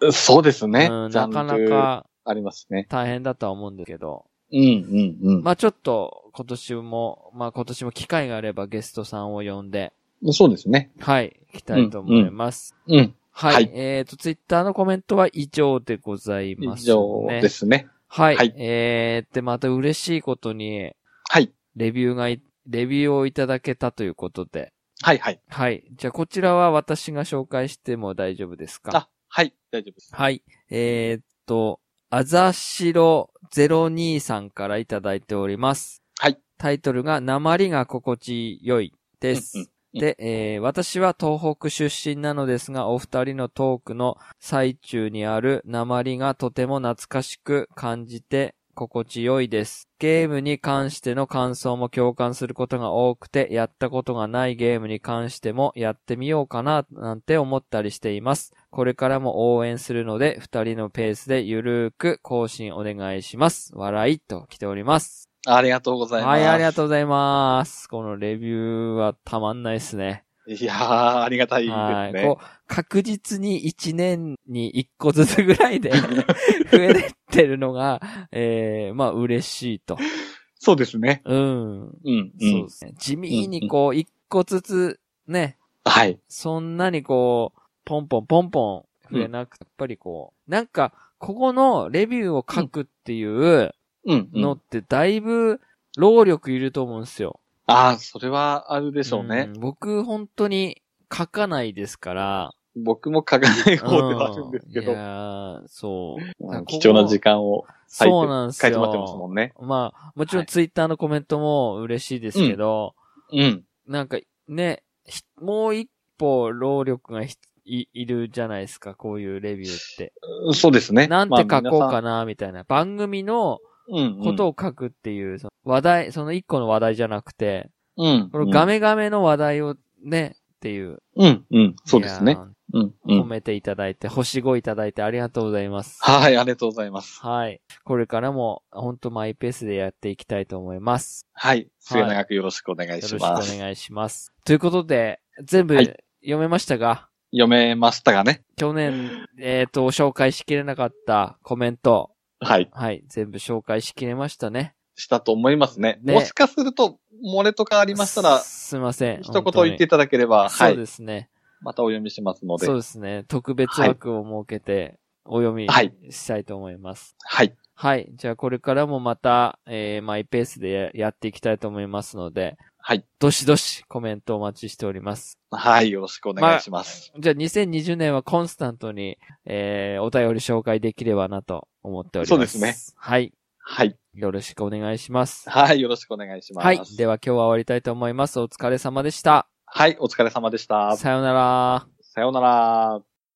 [SPEAKER 1] ら、
[SPEAKER 2] そうですね。
[SPEAKER 1] うん、
[SPEAKER 2] ジャ
[SPEAKER 1] な
[SPEAKER 2] ン
[SPEAKER 1] かな
[SPEAKER 2] ル
[SPEAKER 1] か
[SPEAKER 2] ありますね。
[SPEAKER 1] 大変だとは思うんですけど、
[SPEAKER 2] うん、うん、うん。
[SPEAKER 1] まあちょっと今年も、まあ今年も機会があればゲストさんを呼んで、
[SPEAKER 2] そうですね。
[SPEAKER 1] はい、行きたいと思います。
[SPEAKER 2] うん。
[SPEAKER 1] はい、
[SPEAKER 2] はい
[SPEAKER 1] えっ、と、ツイッターのコメントは以上でござい
[SPEAKER 2] 以
[SPEAKER 1] ます、ね。
[SPEAKER 2] 上ですね。
[SPEAKER 1] はい。
[SPEAKER 2] はい
[SPEAKER 1] えー、で、また嬉しいことに、
[SPEAKER 2] はい。
[SPEAKER 1] レビューがい、レビューをいただけたということで、
[SPEAKER 2] はい、はい。
[SPEAKER 1] はい。じゃあ、こちらは私が紹介しても大丈夫ですか
[SPEAKER 2] あ、はい。大丈夫です。
[SPEAKER 1] はい。えーっと、あざしろ02さんからいただいております。
[SPEAKER 2] はい。
[SPEAKER 1] タイトルが、鉛が心地よいです。
[SPEAKER 2] うんうんうん
[SPEAKER 1] で、えー私は東北出身なのですが、お二人のトークの最中にある鉛がとても懐かしく感じて心地よいです。ゲームに関しての感想も共感することが多くて、やったことがないゲームに関してもやってみようかな、なんて思ったりしています。これからも応援するので、二人のペースでゆるーく更新お願いします。笑いと来ております。
[SPEAKER 2] ありがとうございま
[SPEAKER 1] は
[SPEAKER 2] す。
[SPEAKER 1] い、ありがと
[SPEAKER 2] う。
[SPEAKER 1] うございます。このレビューはたまんないですね。
[SPEAKER 2] いやー、ありがたいです
[SPEAKER 1] はい。
[SPEAKER 2] ね。
[SPEAKER 1] こう、確実に1年に1個ずつぐらいで 増えてってるのが、えー、まあ嬉しいと。
[SPEAKER 2] そうですね。
[SPEAKER 1] うん。
[SPEAKER 2] うん、う
[SPEAKER 1] そうんで。すね。地味にこう、1個ずつね、
[SPEAKER 2] はい。
[SPEAKER 1] そんなにこう、ポンポンポンポン増えなくて、やっぱりこう、なんか、ここのレビューを書くっていう
[SPEAKER 2] うん、う
[SPEAKER 1] の
[SPEAKER 2] ん
[SPEAKER 1] っ。てだいぶ労力いると思うんですよ。
[SPEAKER 2] ああ、それはあるでしょうね。
[SPEAKER 1] ん僕、本当に書かないですから。
[SPEAKER 2] 僕も書かない方ではあるんですけど
[SPEAKER 1] うんい、やーそう。
[SPEAKER 2] うん貴重な時
[SPEAKER 1] 間
[SPEAKER 2] 間を割いて
[SPEAKER 1] そうなんです
[SPEAKER 2] 書
[SPEAKER 1] よ。
[SPEAKER 2] いてもらってますもんね。
[SPEAKER 1] まあ、もちろ
[SPEAKER 2] は
[SPEAKER 1] ん
[SPEAKER 2] い
[SPEAKER 1] ツイッターのコメントも嬉しいですけど、
[SPEAKER 2] うん。
[SPEAKER 1] なんかね、ひもう一歩労力がひいいるじゃないですか、こういうレビューって。
[SPEAKER 2] そうですね。
[SPEAKER 1] なんて書こう
[SPEAKER 2] まあ
[SPEAKER 1] かな、みたいな。番組の
[SPEAKER 2] 皆さん。うん。
[SPEAKER 1] ことを書くっていう、その話題、その一個の話題じゃなくて、
[SPEAKER 2] うん。
[SPEAKER 1] このガメガメの話題をね、っていう。
[SPEAKER 2] うん、うん。そうです
[SPEAKER 1] い
[SPEAKER 2] ね
[SPEAKER 1] や。ー。
[SPEAKER 2] うん、う
[SPEAKER 1] 褒
[SPEAKER 2] ん。
[SPEAKER 1] めていただいて、星5いただいてありがとうございます。
[SPEAKER 2] はい、ありがとうございます。
[SPEAKER 1] はい。これからも、ほんとマイペースでやっていきたいと思います。
[SPEAKER 2] はい。末永くよろしくお願
[SPEAKER 1] よ
[SPEAKER 2] い
[SPEAKER 1] ろ
[SPEAKER 2] し
[SPEAKER 1] しくお
[SPEAKER 2] ます。
[SPEAKER 1] 願いします。ということで、全部
[SPEAKER 2] はい
[SPEAKER 1] 読めましたが、
[SPEAKER 2] 読めましたがね。
[SPEAKER 1] 去年、えっ、と、紹介しきれなかったコメント、
[SPEAKER 2] はい。
[SPEAKER 1] はい、全部紹介しきれましたね。
[SPEAKER 2] したと思いますね。
[SPEAKER 1] ね
[SPEAKER 2] もしかすると、漏れとかありましたら、
[SPEAKER 1] すすいません。
[SPEAKER 2] 一言言ってい
[SPEAKER 1] た
[SPEAKER 2] ただければ、は
[SPEAKER 1] そう
[SPEAKER 2] い。
[SPEAKER 1] ですね。
[SPEAKER 2] またお読みしますので
[SPEAKER 1] そう。ですね。特別枠を設けて、お読み
[SPEAKER 2] はい
[SPEAKER 1] したいと思います。
[SPEAKER 2] はい。
[SPEAKER 1] はい。じゃあこれからもまた、えー、マイペースでややっていきたいと思いますので、
[SPEAKER 2] はい。
[SPEAKER 1] どしどしコメントお待ちしております。
[SPEAKER 2] はい。よろしくお願いします。
[SPEAKER 1] じゃあ2020年はコンスタントに、えー、お便り紹介できればなと思っております。
[SPEAKER 2] そうですね。
[SPEAKER 1] はい。
[SPEAKER 2] はい。
[SPEAKER 1] よろしくお願いします。
[SPEAKER 2] はい。よろしくお願いします。
[SPEAKER 1] はい。では今日は終わりたいと思います。お疲れ様でした。
[SPEAKER 2] はい。お疲れ様でした。
[SPEAKER 1] さようなら。
[SPEAKER 2] さようなら。